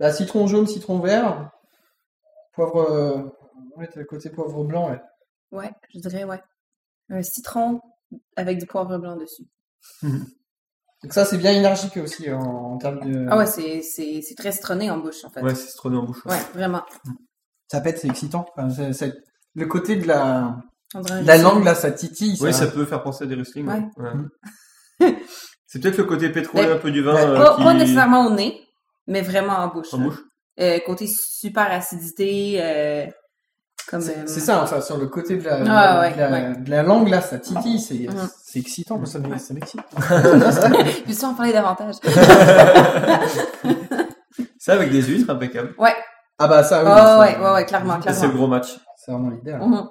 [SPEAKER 3] Là, citron jaune, citron vert, poivre, euh, ouais, t'as le côté poivre blanc, ouais.
[SPEAKER 1] ouais, je dirais, ouais. Un citron avec du poivre blanc dessus.
[SPEAKER 3] Donc ça, c'est bien énergique aussi en, en termes de.
[SPEAKER 1] Ah ouais, c'est, c'est, c'est très citronné en bouche, en fait.
[SPEAKER 2] Ouais, c'est citronné en bouche. ouais.
[SPEAKER 1] Ouais, vraiment.
[SPEAKER 3] Ça pète, c'est excitant. Enfin, c'est- c'est- Le côté de la,
[SPEAKER 1] On dirait un
[SPEAKER 3] de la
[SPEAKER 1] Riesling.
[SPEAKER 3] langue là, ça titille.
[SPEAKER 2] Oui, ça peut faire penser à des Riesling.
[SPEAKER 1] Ouais.
[SPEAKER 2] ouais.
[SPEAKER 3] Mm.
[SPEAKER 2] Ouais. c'est peut-être le côté pétrolé
[SPEAKER 1] Mais-
[SPEAKER 2] un peu du vin
[SPEAKER 3] Ouais.
[SPEAKER 2] euh,
[SPEAKER 1] Pas,
[SPEAKER 2] qui...
[SPEAKER 1] pas nécessairement au nez, mais vraiment en bouche.
[SPEAKER 2] en
[SPEAKER 1] là.
[SPEAKER 2] bouche.
[SPEAKER 1] Euh, côté super acidité, euh, comme. euh,
[SPEAKER 3] C'est c'est ça, enfin, sur le côté de la,
[SPEAKER 1] Ah ouais,
[SPEAKER 3] de la,
[SPEAKER 1] ouais.
[SPEAKER 3] de la langue, là, ça titille, c'est
[SPEAKER 1] Mhm.
[SPEAKER 3] c'est excitant, moi, ça me- ça m'excite.
[SPEAKER 1] Je suis sûre en parler davantage.
[SPEAKER 2] Ça avec des huîtres, impeccable.
[SPEAKER 3] ah bah ça, oui.
[SPEAKER 1] Ah
[SPEAKER 3] ça-
[SPEAKER 1] ouais, ouais, ouais, clairement,
[SPEAKER 2] Ça, c'est le
[SPEAKER 1] clairement.
[SPEAKER 2] gros match.
[SPEAKER 3] C'est vraiment l'idéal.
[SPEAKER 1] Mhm.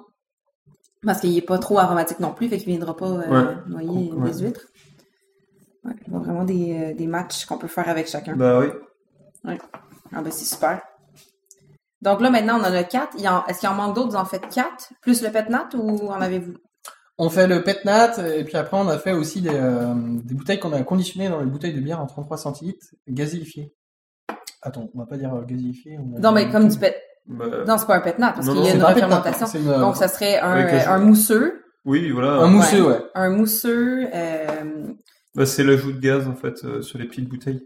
[SPEAKER 1] Parce qu'il n'est pas trop aromatique non plus, fait qu'il ne viendra pas euh, noyer
[SPEAKER 2] Ouais.
[SPEAKER 1] les huîtres. Ouais, il y a vraiment des, euh, des matchs qu'on peut faire avec chacun.
[SPEAKER 2] Bah oui.
[SPEAKER 1] Ah ben c'est super. Donc là maintenant on en a quatre. Il y en- Est-ce qu'il en manque d'autres? Vous en faites quatre? Plus le pet nat ou en avez-vous?
[SPEAKER 3] On fait le pet nat, et puis après, on a fait aussi des, euh, des bouteilles qu'on a conditionnées dans les bouteilles de bière en 33 centilitres, gazéifiées. Attends, on va pas dire euh, gazéifiées. on va
[SPEAKER 1] Non mais
[SPEAKER 3] dire-
[SPEAKER 1] comme du pet.
[SPEAKER 2] Bah,
[SPEAKER 1] Non, c'est pas un pet nat parce
[SPEAKER 2] Non,
[SPEAKER 1] qu'il y a
[SPEAKER 2] non,
[SPEAKER 3] C'est
[SPEAKER 1] une
[SPEAKER 3] pas un pet nat,
[SPEAKER 1] fermentation.
[SPEAKER 3] c'est une-
[SPEAKER 1] Donc ça serait un,
[SPEAKER 2] Avec la-
[SPEAKER 1] un mousseux.
[SPEAKER 2] oui, voilà.
[SPEAKER 3] Un mousseux, ouais.
[SPEAKER 1] Un mousseux. euh,
[SPEAKER 2] Bah, c'est l'ajout de gaz en fait euh, sur les petites bouteilles.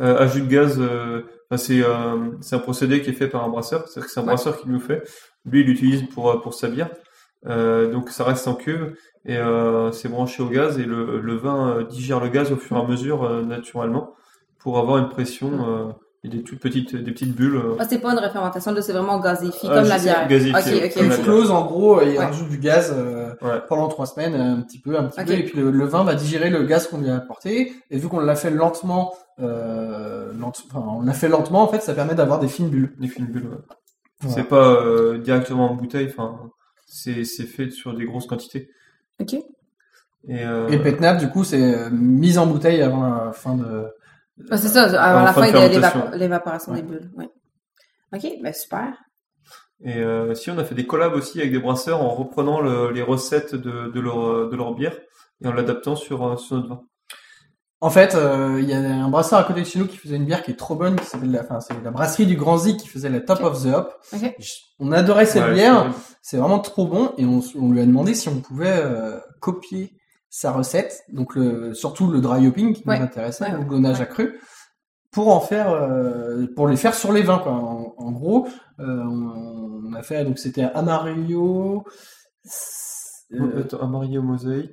[SPEAKER 2] Euh, ajout de gaz, euh, bah, c'est euh, c'est un procédé qui est fait par un brasseur. C'est-à-dire que c'est un
[SPEAKER 1] Ouais.
[SPEAKER 2] brasseur qui nous fait. Lui, il l'utilise pour euh, pour sa bière. Euh, donc ça reste en cuve et euh, c'est branché au gaz et le, le vin euh, digère le gaz au fur et
[SPEAKER 1] Mm.
[SPEAKER 2] à mesure euh, naturellement pour avoir une pression euh, et des toutes petites des petites bulles. euh.
[SPEAKER 1] Ah, c'est pas une refermentation, là, c'est vraiment gazéifié,
[SPEAKER 2] Ah,
[SPEAKER 1] comme
[SPEAKER 2] je
[SPEAKER 1] la
[SPEAKER 2] sais,
[SPEAKER 1] bière.
[SPEAKER 2] gazéifié,
[SPEAKER 1] Ok, ok.
[SPEAKER 2] comme la bière.
[SPEAKER 3] Une close, en gros, il
[SPEAKER 1] Ouais.
[SPEAKER 3] rajoute du gaz euh,
[SPEAKER 2] Ouais.
[SPEAKER 3] pendant trois semaines, euh, un petit peu, un petit
[SPEAKER 1] Ok.
[SPEAKER 3] peu, et puis le, le vin va digérer le gaz qu'on lui a apporté. Et vu qu'on l'a fait lentement, euh, lente- enfin, on l'a fait lentement, en fait, ça permet d'avoir des fines bulles.
[SPEAKER 2] Des fines bulles, ouais.
[SPEAKER 3] Voilà.
[SPEAKER 2] C'est pas euh, directement en bouteille, enfin, c'est c'est fait sur des grosses quantités.
[SPEAKER 1] Ok.
[SPEAKER 2] Et, euh,
[SPEAKER 3] Et Petnap, du coup, c'est euh, mise en bouteille avant la fin de.
[SPEAKER 1] Ah, c'est ça, avant
[SPEAKER 2] en
[SPEAKER 1] la
[SPEAKER 2] fin
[SPEAKER 1] fin
[SPEAKER 2] de
[SPEAKER 1] de
[SPEAKER 2] fermentation.
[SPEAKER 1] l'évapo- l'évaporation
[SPEAKER 3] Ouais.
[SPEAKER 1] des bulles. Oui. Ok, ben super.
[SPEAKER 2] et, euh, si on a fait des collabs aussi avec des brasseurs en reprenant le- les recettes de, de, leur, de leur bière et en l'adaptant sur, euh, sur notre vin.
[SPEAKER 3] En fait, euh, il y a un brasseur à côté de chez nous qui faisait une bière qui est trop bonne, qui s'appelle la, enfin, c'est la brasserie du Grand Z qui faisait la Top
[SPEAKER 1] Ok.
[SPEAKER 3] of the Hop.
[SPEAKER 1] Ok.
[SPEAKER 3] Je- On adorait cette
[SPEAKER 2] Ouais,
[SPEAKER 3] bière,
[SPEAKER 2] c'est vrai.
[SPEAKER 3] c'est vraiment trop bon et on, on lui a demandé si on pouvait euh, copier sa recette, donc le, surtout le dry hopping qui
[SPEAKER 1] Ouais.
[SPEAKER 3] nous intéressait,
[SPEAKER 1] Ouais,
[SPEAKER 3] le gonage
[SPEAKER 1] ouais.
[SPEAKER 3] à cru, pour en faire, euh, pour les faire sur les vins quoi. En, en gros, euh, on, on a fait donc c'était Amario,
[SPEAKER 2] Euh,
[SPEAKER 3] euh, Ah, bah,
[SPEAKER 2] attends, Amarillo euh. Mosaïque.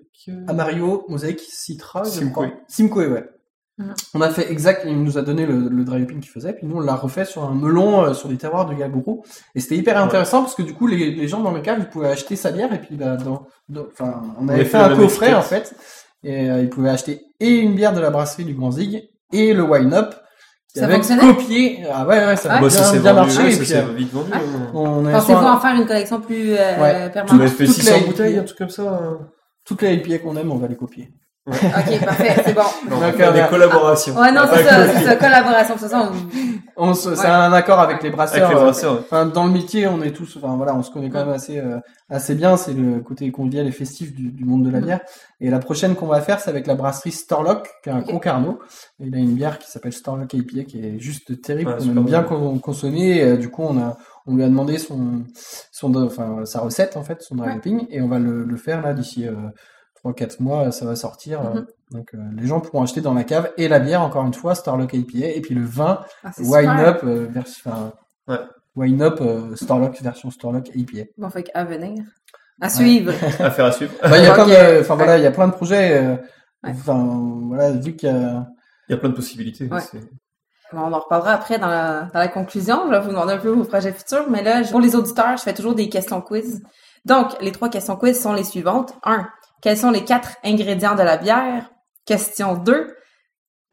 [SPEAKER 3] Amario, Mosaic, Citra, je
[SPEAKER 2] Simcoe.
[SPEAKER 3] crois. Simcoe, ouais.
[SPEAKER 1] Mhm.
[SPEAKER 3] On a fait exact, il nous a donné le, le dry hopping qu'il faisait, puis nous on l'a refait sur un melon euh, sur des terroirs de Gagourou. Et c'était hyper
[SPEAKER 2] Ouais.
[SPEAKER 3] intéressant parce que du coup les, les gens dans le cave ils pouvaient acheter sa bière et puis bah, dans, dans- enfin on avait
[SPEAKER 2] avait
[SPEAKER 3] fait
[SPEAKER 2] fait
[SPEAKER 3] un
[SPEAKER 2] la même
[SPEAKER 3] coffret en
[SPEAKER 2] étiquette.
[SPEAKER 3] fait et euh, ils pouvaient acheter et une bière de la brasserie du Grand Zig et le Wine Up qui
[SPEAKER 1] Ça
[SPEAKER 3] avait
[SPEAKER 1] fonctionnait
[SPEAKER 3] copié. Ah ouais ouais ça
[SPEAKER 1] Ah
[SPEAKER 3] a
[SPEAKER 2] Bah,
[SPEAKER 3] bien,
[SPEAKER 2] ça s'est
[SPEAKER 3] bien
[SPEAKER 2] vendu,
[SPEAKER 3] marché.
[SPEAKER 2] ouais,
[SPEAKER 3] et
[SPEAKER 2] ça
[SPEAKER 3] puis,
[SPEAKER 2] s'est
[SPEAKER 3] euh,
[SPEAKER 2] vite vendu. hein.
[SPEAKER 3] on a fait
[SPEAKER 1] Pensez-vous
[SPEAKER 3] un-
[SPEAKER 1] en faire une collection plus euh,
[SPEAKER 3] Ouais.
[SPEAKER 2] On
[SPEAKER 1] permanente?
[SPEAKER 2] avait fait
[SPEAKER 3] toutes
[SPEAKER 2] 600
[SPEAKER 3] les-
[SPEAKER 2] bouteilles, un truc comme ça. hein.
[SPEAKER 3] toutes les IPA qu'on aime on va les copier.
[SPEAKER 1] Ok, parfait, c'est bon.
[SPEAKER 2] Non, on
[SPEAKER 3] Donc,
[SPEAKER 2] va faire
[SPEAKER 3] euh,
[SPEAKER 2] des collaborations.
[SPEAKER 1] Ah, Ouais, non, c'est
[SPEAKER 2] Avec-
[SPEAKER 1] ça, c'est ça, collaboration, c'est ça. on-
[SPEAKER 3] On se,
[SPEAKER 1] Ouais.
[SPEAKER 3] c'est un accord avec les
[SPEAKER 2] Avec
[SPEAKER 3] brasseurs.
[SPEAKER 2] les
[SPEAKER 3] euh,
[SPEAKER 2] brasseurs. ouais.
[SPEAKER 3] Enfin, dans le métier, on est tous, enfin voilà, on se connaît quand même assez euh, assez bien. C'est le côté convivial et festif du, du monde de la
[SPEAKER 1] Mhm.
[SPEAKER 3] bière. Et la prochaine qu'on va faire, c'est avec la brasserie Starlock, qui est un
[SPEAKER 1] Ok.
[SPEAKER 3] Concarneau. Et il a une bière qui s'appelle Starlock IPA, qui est juste terrible.
[SPEAKER 2] Ouais,
[SPEAKER 3] qu'on
[SPEAKER 2] super
[SPEAKER 3] aime bien
[SPEAKER 2] bon.
[SPEAKER 3] con- consommer. Et, euh, du coup, on a on lui a demandé son son enfin sa recette en fait, son dry
[SPEAKER 1] Ouais.
[SPEAKER 3] hopping, et on va le, le faire là d'ici euh, trois quatre mois. Ça va sortir.
[SPEAKER 1] Mhm.
[SPEAKER 3] euh, donc euh, les gens pourront acheter dans la cave et la bière encore une fois Starlock IPA et puis le vin
[SPEAKER 1] Ah, c'est
[SPEAKER 3] Wine
[SPEAKER 1] super.
[SPEAKER 3] Up euh, version. enfin,
[SPEAKER 2] Ouais.
[SPEAKER 3] Wine Up euh, Starlock version Starlock IPA.
[SPEAKER 1] Bon, fait qu'à venir. À suivre.
[SPEAKER 2] Affaire à suivre.
[SPEAKER 3] Bah, il y a
[SPEAKER 1] Ok.
[SPEAKER 3] plein de, enfin
[SPEAKER 1] Ouais.
[SPEAKER 3] voilà, il y a plein de projets. euh,
[SPEAKER 1] Ouais.
[SPEAKER 3] Enfin voilà, vu qu'il y a.
[SPEAKER 2] Il y a plein de possibilités.
[SPEAKER 1] Ouais.
[SPEAKER 2] c'est-
[SPEAKER 1] Bon, on en reparlera après dans la, dans la conclusion. Je vais vous demander un peu vos projets futurs. Mais là, pour les auditeurs, je fais toujours des questions quiz. Donc, les trois questions quiz sont les suivantes. 1. Quels sont les quatre ingrédients de la bière? Question 2.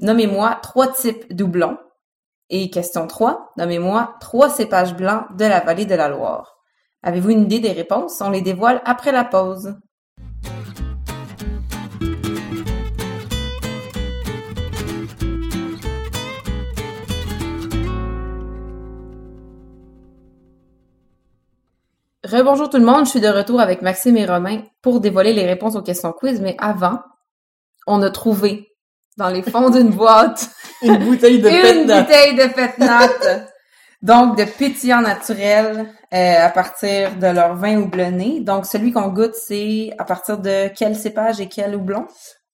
[SPEAKER 1] Nommez-moi trois types doublons. Et question 3. Nommez-moi trois cépages blancs de la vallée de la Loire. Avez-vous une idée des réponses? On les dévoile après la pause. Rebonjour tout le monde, je suis de retour avec Maxime et Romain pour dévoiler les réponses aux questions quiz, mais avant, on a trouvé dans les fonds d'une boîte
[SPEAKER 3] Une bouteille de
[SPEAKER 1] une bouteille de fête natte, donc de pétillant naturel euh, à partir de leur vin houblonné. Donc celui qu'on goûte, c'est à partir de quel cépage et quel houblon?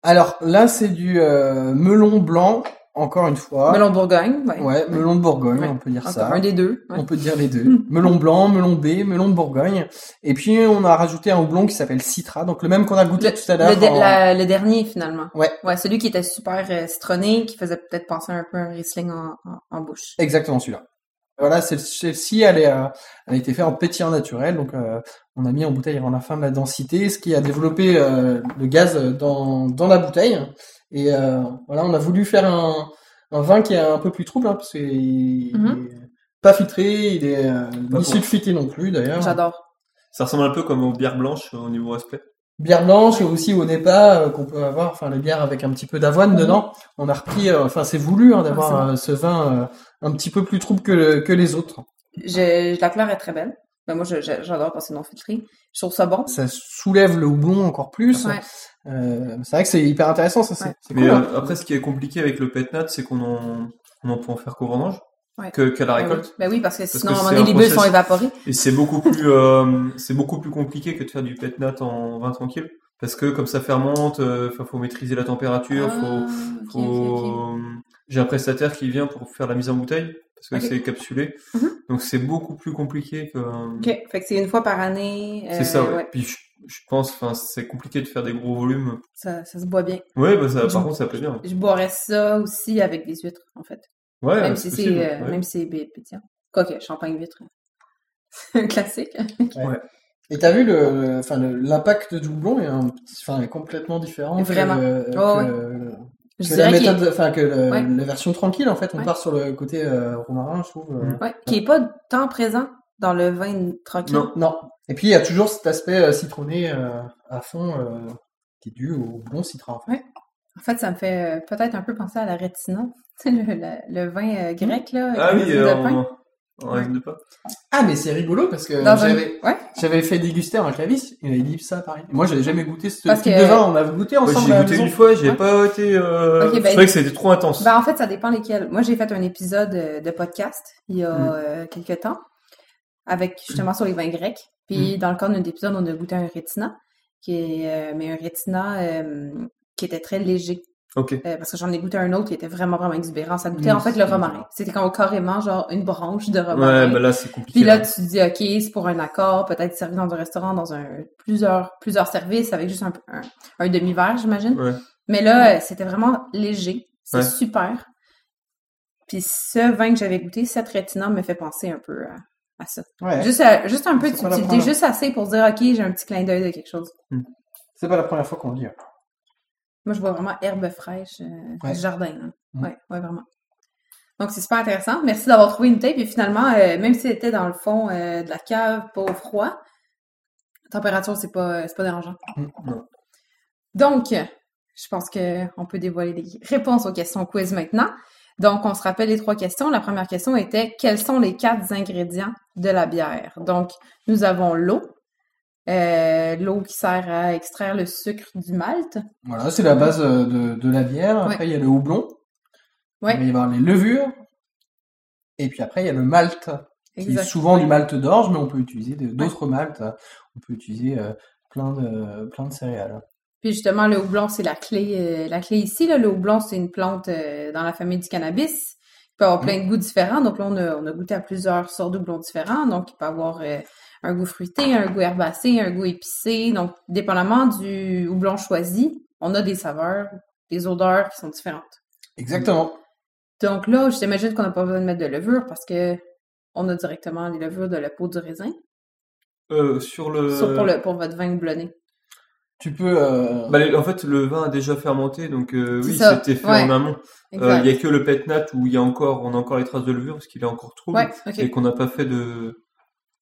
[SPEAKER 3] Alors là, c'est du euh, melon blanc, encore une fois.
[SPEAKER 1] Melon de Bourgogne, ouais.
[SPEAKER 3] Ah. Ouais, melon de Bourgogne,
[SPEAKER 1] Ouais.
[SPEAKER 3] on peut dire
[SPEAKER 1] Encore
[SPEAKER 3] ça.
[SPEAKER 1] un des deux. ouais.
[SPEAKER 3] On peut dire les deux. melon blanc, melon B, melon de Bourgogne. Et puis on a rajouté un houblon qui s'appelle Citra, donc le même qu'on a goûté tout à l'heure.
[SPEAKER 1] Le, de-
[SPEAKER 3] en-
[SPEAKER 1] la- le dernier, finalement.
[SPEAKER 3] Ouais.
[SPEAKER 1] Ouais, celui qui était super euh, citronné, qui faisait peut-être penser un peu à un Riesling en- en- en bouche.
[SPEAKER 3] Exactement celui-là. Voilà, celle- celle-ci, elle, est, euh, elle a été faite en pétillant naturel, donc euh, on a mis en bouteille avant la fin de la densité, ce qui a développé euh, le gaz dans, dans la bouteille. Et euh, voilà, on a voulu faire un, un vin qui est un peu plus trouble, hein, parce qu'il il
[SPEAKER 1] Mhm.
[SPEAKER 3] est pas filtré, il est euh,
[SPEAKER 2] Pas
[SPEAKER 3] ni
[SPEAKER 2] pour.
[SPEAKER 3] sulfité non plus d'ailleurs.
[SPEAKER 1] J'adore.
[SPEAKER 2] Ça ressemble un peu comme aux bières blanches euh, au niveau aspect.
[SPEAKER 3] Bière blanche et aussi au Népal euh, qu'on peut avoir, enfin les bières avec un petit peu d'avoine dedans. On a repris, euh, enfin c'est voulu hein,
[SPEAKER 1] Mm-hmm.
[SPEAKER 3] d'avoir
[SPEAKER 1] Ah, c'est
[SPEAKER 3] euh, ce vin euh, un petit peu plus trouble que, le- que les autres.
[SPEAKER 1] Je, je- la couleur est très belle. Ben moi, je- je- j'adore quand c'est non filtré. Je trouve ça bon.
[SPEAKER 3] ça soulève le houblon encore plus.
[SPEAKER 1] Ouais.
[SPEAKER 3] Euh, c'est vrai que c'est hyper intéressant, ça. C'est
[SPEAKER 1] Ouais.
[SPEAKER 3] c'est
[SPEAKER 2] Mais
[SPEAKER 3] cool, hein.
[SPEAKER 2] euh, après, ce qui est compliqué avec le pétnat, c'est qu'on en, on en peut en faire qu'au vendange,
[SPEAKER 1] Ouais.
[SPEAKER 2] que, qu'à la
[SPEAKER 1] Ben
[SPEAKER 2] récolte.
[SPEAKER 1] oui. Ben oui, parce que sinon,
[SPEAKER 2] que
[SPEAKER 1] à un moment
[SPEAKER 2] c'est
[SPEAKER 1] donné,
[SPEAKER 2] un
[SPEAKER 1] les bulles
[SPEAKER 2] process.
[SPEAKER 1] sont évaporées.
[SPEAKER 2] Et c'est beaucoup plus, euh, c'est beaucoup plus compliqué que de faire du pétnat en vin tranquille, parce que comme ça fermente, euh, enfin, faut maîtriser la température, faut,
[SPEAKER 1] Ah, ok,
[SPEAKER 2] faut-
[SPEAKER 1] ok, ok.
[SPEAKER 2] J'ai un prestataire qui vient pour faire la mise en bouteille parce que
[SPEAKER 1] Ok.
[SPEAKER 2] c'est capsulé,
[SPEAKER 1] Mhm.
[SPEAKER 2] donc c'est beaucoup plus compliqué que.
[SPEAKER 1] Ok. Fait que c'est une fois par année. euh,
[SPEAKER 2] C'est ça. Ouais.
[SPEAKER 1] ouais.
[SPEAKER 2] Puis je, je pense, enfin, c'est compliqué de faire des gros volumes.
[SPEAKER 1] Ça, ça se boit bien.
[SPEAKER 2] Ouais, bah ça,
[SPEAKER 1] Je-
[SPEAKER 2] par contre, ça plaît bien.
[SPEAKER 1] Je boirais ça aussi avec des huîtres, en fait.
[SPEAKER 2] Ouais,
[SPEAKER 1] même, si c'est,
[SPEAKER 2] Ah, possible,
[SPEAKER 1] euh,
[SPEAKER 2] ouais.
[SPEAKER 1] même si c'est bé- pétillant. Quoique, champagne huître. C'est un classique.
[SPEAKER 3] Et t'as vu le, enfin le- l'impact du houblon est un petit, enfin est complètement différent.
[SPEAKER 1] Vraiment.
[SPEAKER 3] Que, le-
[SPEAKER 1] Oh,
[SPEAKER 3] que le-
[SPEAKER 1] Je
[SPEAKER 3] que la
[SPEAKER 1] dirais qu'il
[SPEAKER 3] méthode, enfin que le-
[SPEAKER 1] Ouais.
[SPEAKER 3] la version tranquille en fait, on
[SPEAKER 1] Ouais.
[SPEAKER 3] part sur le côté euh, romarin, je trouve. euh,
[SPEAKER 2] Mhm.
[SPEAKER 1] est, ouais, qu'il est pas tant présent dans le vin tranquille.
[SPEAKER 2] Non.
[SPEAKER 3] Non. Et puis il y a toujours cet aspect euh, citronné euh, à fond euh, qui est dû au houblon citron. En fait.
[SPEAKER 1] En fait, ça me fait euh, peut-être un peu penser à la rétina. Tu sais, le, la- le vin euh, grec, là.
[SPEAKER 2] Ah
[SPEAKER 1] avec
[SPEAKER 2] oui,
[SPEAKER 1] la résine de
[SPEAKER 2] euh,
[SPEAKER 1] pain.
[SPEAKER 2] on- On reste de pas.
[SPEAKER 3] Ah, mais c'est rigolo parce que
[SPEAKER 1] Dans un-
[SPEAKER 3] j'avais
[SPEAKER 1] Ouais.
[SPEAKER 3] j'avais fait déguster un clavis, il avait dit ça pareil. Moi, j'avais jamais goûté ce
[SPEAKER 1] Parce
[SPEAKER 3] type
[SPEAKER 1] que-
[SPEAKER 3] de vin, on a goûté
[SPEAKER 2] Moi,
[SPEAKER 3] ensemble
[SPEAKER 2] j'ai
[SPEAKER 3] à la
[SPEAKER 2] goûté
[SPEAKER 3] maison.
[SPEAKER 2] une fois, j'ai
[SPEAKER 3] Ouais.
[SPEAKER 2] pas été. Euh...
[SPEAKER 1] Ok,
[SPEAKER 2] je
[SPEAKER 1] bah,
[SPEAKER 2] trouvais que c'était trop intense.
[SPEAKER 1] Ben, en fait, ça dépend lesquels. Moi, j'ai fait un épisode euh, de podcast il y a
[SPEAKER 2] Hmm.
[SPEAKER 3] Mm.
[SPEAKER 1] euh, quelques temps, avec justement sur les vins grecs.
[SPEAKER 2] Hmm.
[SPEAKER 1] Puis, dans le cadre d'un épisode, on a goûté un rétina, qui est, euh, mais un rétina euh, qui était très léger.
[SPEAKER 2] Ok. Hmm.
[SPEAKER 1] Euh, parce que j'en ai goûté un autre qui était vraiment, vraiment exubérant. Ça goûtait
[SPEAKER 3] Mm,
[SPEAKER 1] en fait le
[SPEAKER 3] c'est-
[SPEAKER 1] romarin. C'était quand carrément genre une branche de romarin.
[SPEAKER 2] Ouais, bah là, c'est
[SPEAKER 1] Puis
[SPEAKER 2] compliqué.
[SPEAKER 1] là,
[SPEAKER 2] hein.
[SPEAKER 1] tu te dis, OK, c'est pour un accord, peut-être servi dans un restaurant, dans un plusieurs, plusieurs services avec juste un, un, un demi-verre, j'imagine.
[SPEAKER 2] Ouais.
[SPEAKER 1] Mais là, euh, c'était vraiment léger. C'est
[SPEAKER 2] Ouais.
[SPEAKER 1] super. Puis ce vin que j'avais goûté, cette rétina me fait penser un peu à, à ça.
[SPEAKER 3] Ouais.
[SPEAKER 1] Juste, à- juste un peu
[SPEAKER 3] C'est
[SPEAKER 1] de
[SPEAKER 3] pas la
[SPEAKER 1] subtilité,
[SPEAKER 3] première.
[SPEAKER 1] juste assez pour dire, OK, j'ai un petit clin d'œil de quelque chose.
[SPEAKER 3] C'est pas la première fois qu'on le dit. hein.
[SPEAKER 1] Moi, je vois vraiment herbe fraîche, euh,
[SPEAKER 3] Ouais.
[SPEAKER 1] du jardin. hein.
[SPEAKER 3] Mm.
[SPEAKER 1] Ouais, ouais, vraiment. Donc, c'est super intéressant. Merci d'avoir trouvé une tape. Et finalement, euh, même si c'était dans le fond euh, de la cave, pas au froid, la température, c'est pas, euh, c'est pas dérangeant.
[SPEAKER 3] Mm.
[SPEAKER 1] Donc, euh, je pense qu'on peut dévoiler les réponses aux questions quiz maintenant. Donc, on se rappelle les trois questions. La première question était quels sont les quatre ingrédients de la bière? Donc, nous avons l'eau, euh, l'eau qui sert à extraire le sucre du malt.
[SPEAKER 3] Voilà, c'est la base euh, de, de la bière. Après, il y a le houblon.
[SPEAKER 1] Ouais.
[SPEAKER 3] Il va y avoir les levures. Et puis après, il y a le malt, qui est
[SPEAKER 1] Exact.
[SPEAKER 3] souvent du malt d'orge, mais on peut utiliser de- d'autres maltes. On peut utiliser euh, plein de plein de céréales.
[SPEAKER 1] Puis justement, le houblon, c'est la clé, euh, la clé ici. Là. Le houblon, c'est une plante euh, dans la famille du cannabis. Il peut avoir plein de goûts différents. Donc là, on a, on a goûté à plusieurs sortes de houblons différents. Donc, il peut avoir euh, un goût fruité, un goût herbacé, un goût épicé. Donc, dépendamment du houblon choisi, on a des saveurs, des odeurs qui sont différentes.
[SPEAKER 3] Exactement.
[SPEAKER 1] Mm. Donc là, je t'imagine qu'on n'a pas besoin de mettre de levure parce que on a directement les levures de la peau du raisin,
[SPEAKER 2] Euh, sur le.
[SPEAKER 1] sauf pour, le, pour votre vin houblonné.
[SPEAKER 3] Tu peux. euh,
[SPEAKER 2] Bah, les- en fait, le vin a déjà fermenté, donc euh,
[SPEAKER 1] C'est
[SPEAKER 2] oui,
[SPEAKER 1] ça,
[SPEAKER 2] c'était fait
[SPEAKER 1] ouais.
[SPEAKER 2] en amont. Euh,
[SPEAKER 1] Exact.
[SPEAKER 2] Il y a que le petnat où il y a encore, on a encore les traces de levure parce qu'il est encore trouble
[SPEAKER 1] Ouais, ok.
[SPEAKER 2] et qu'on n'a pas fait de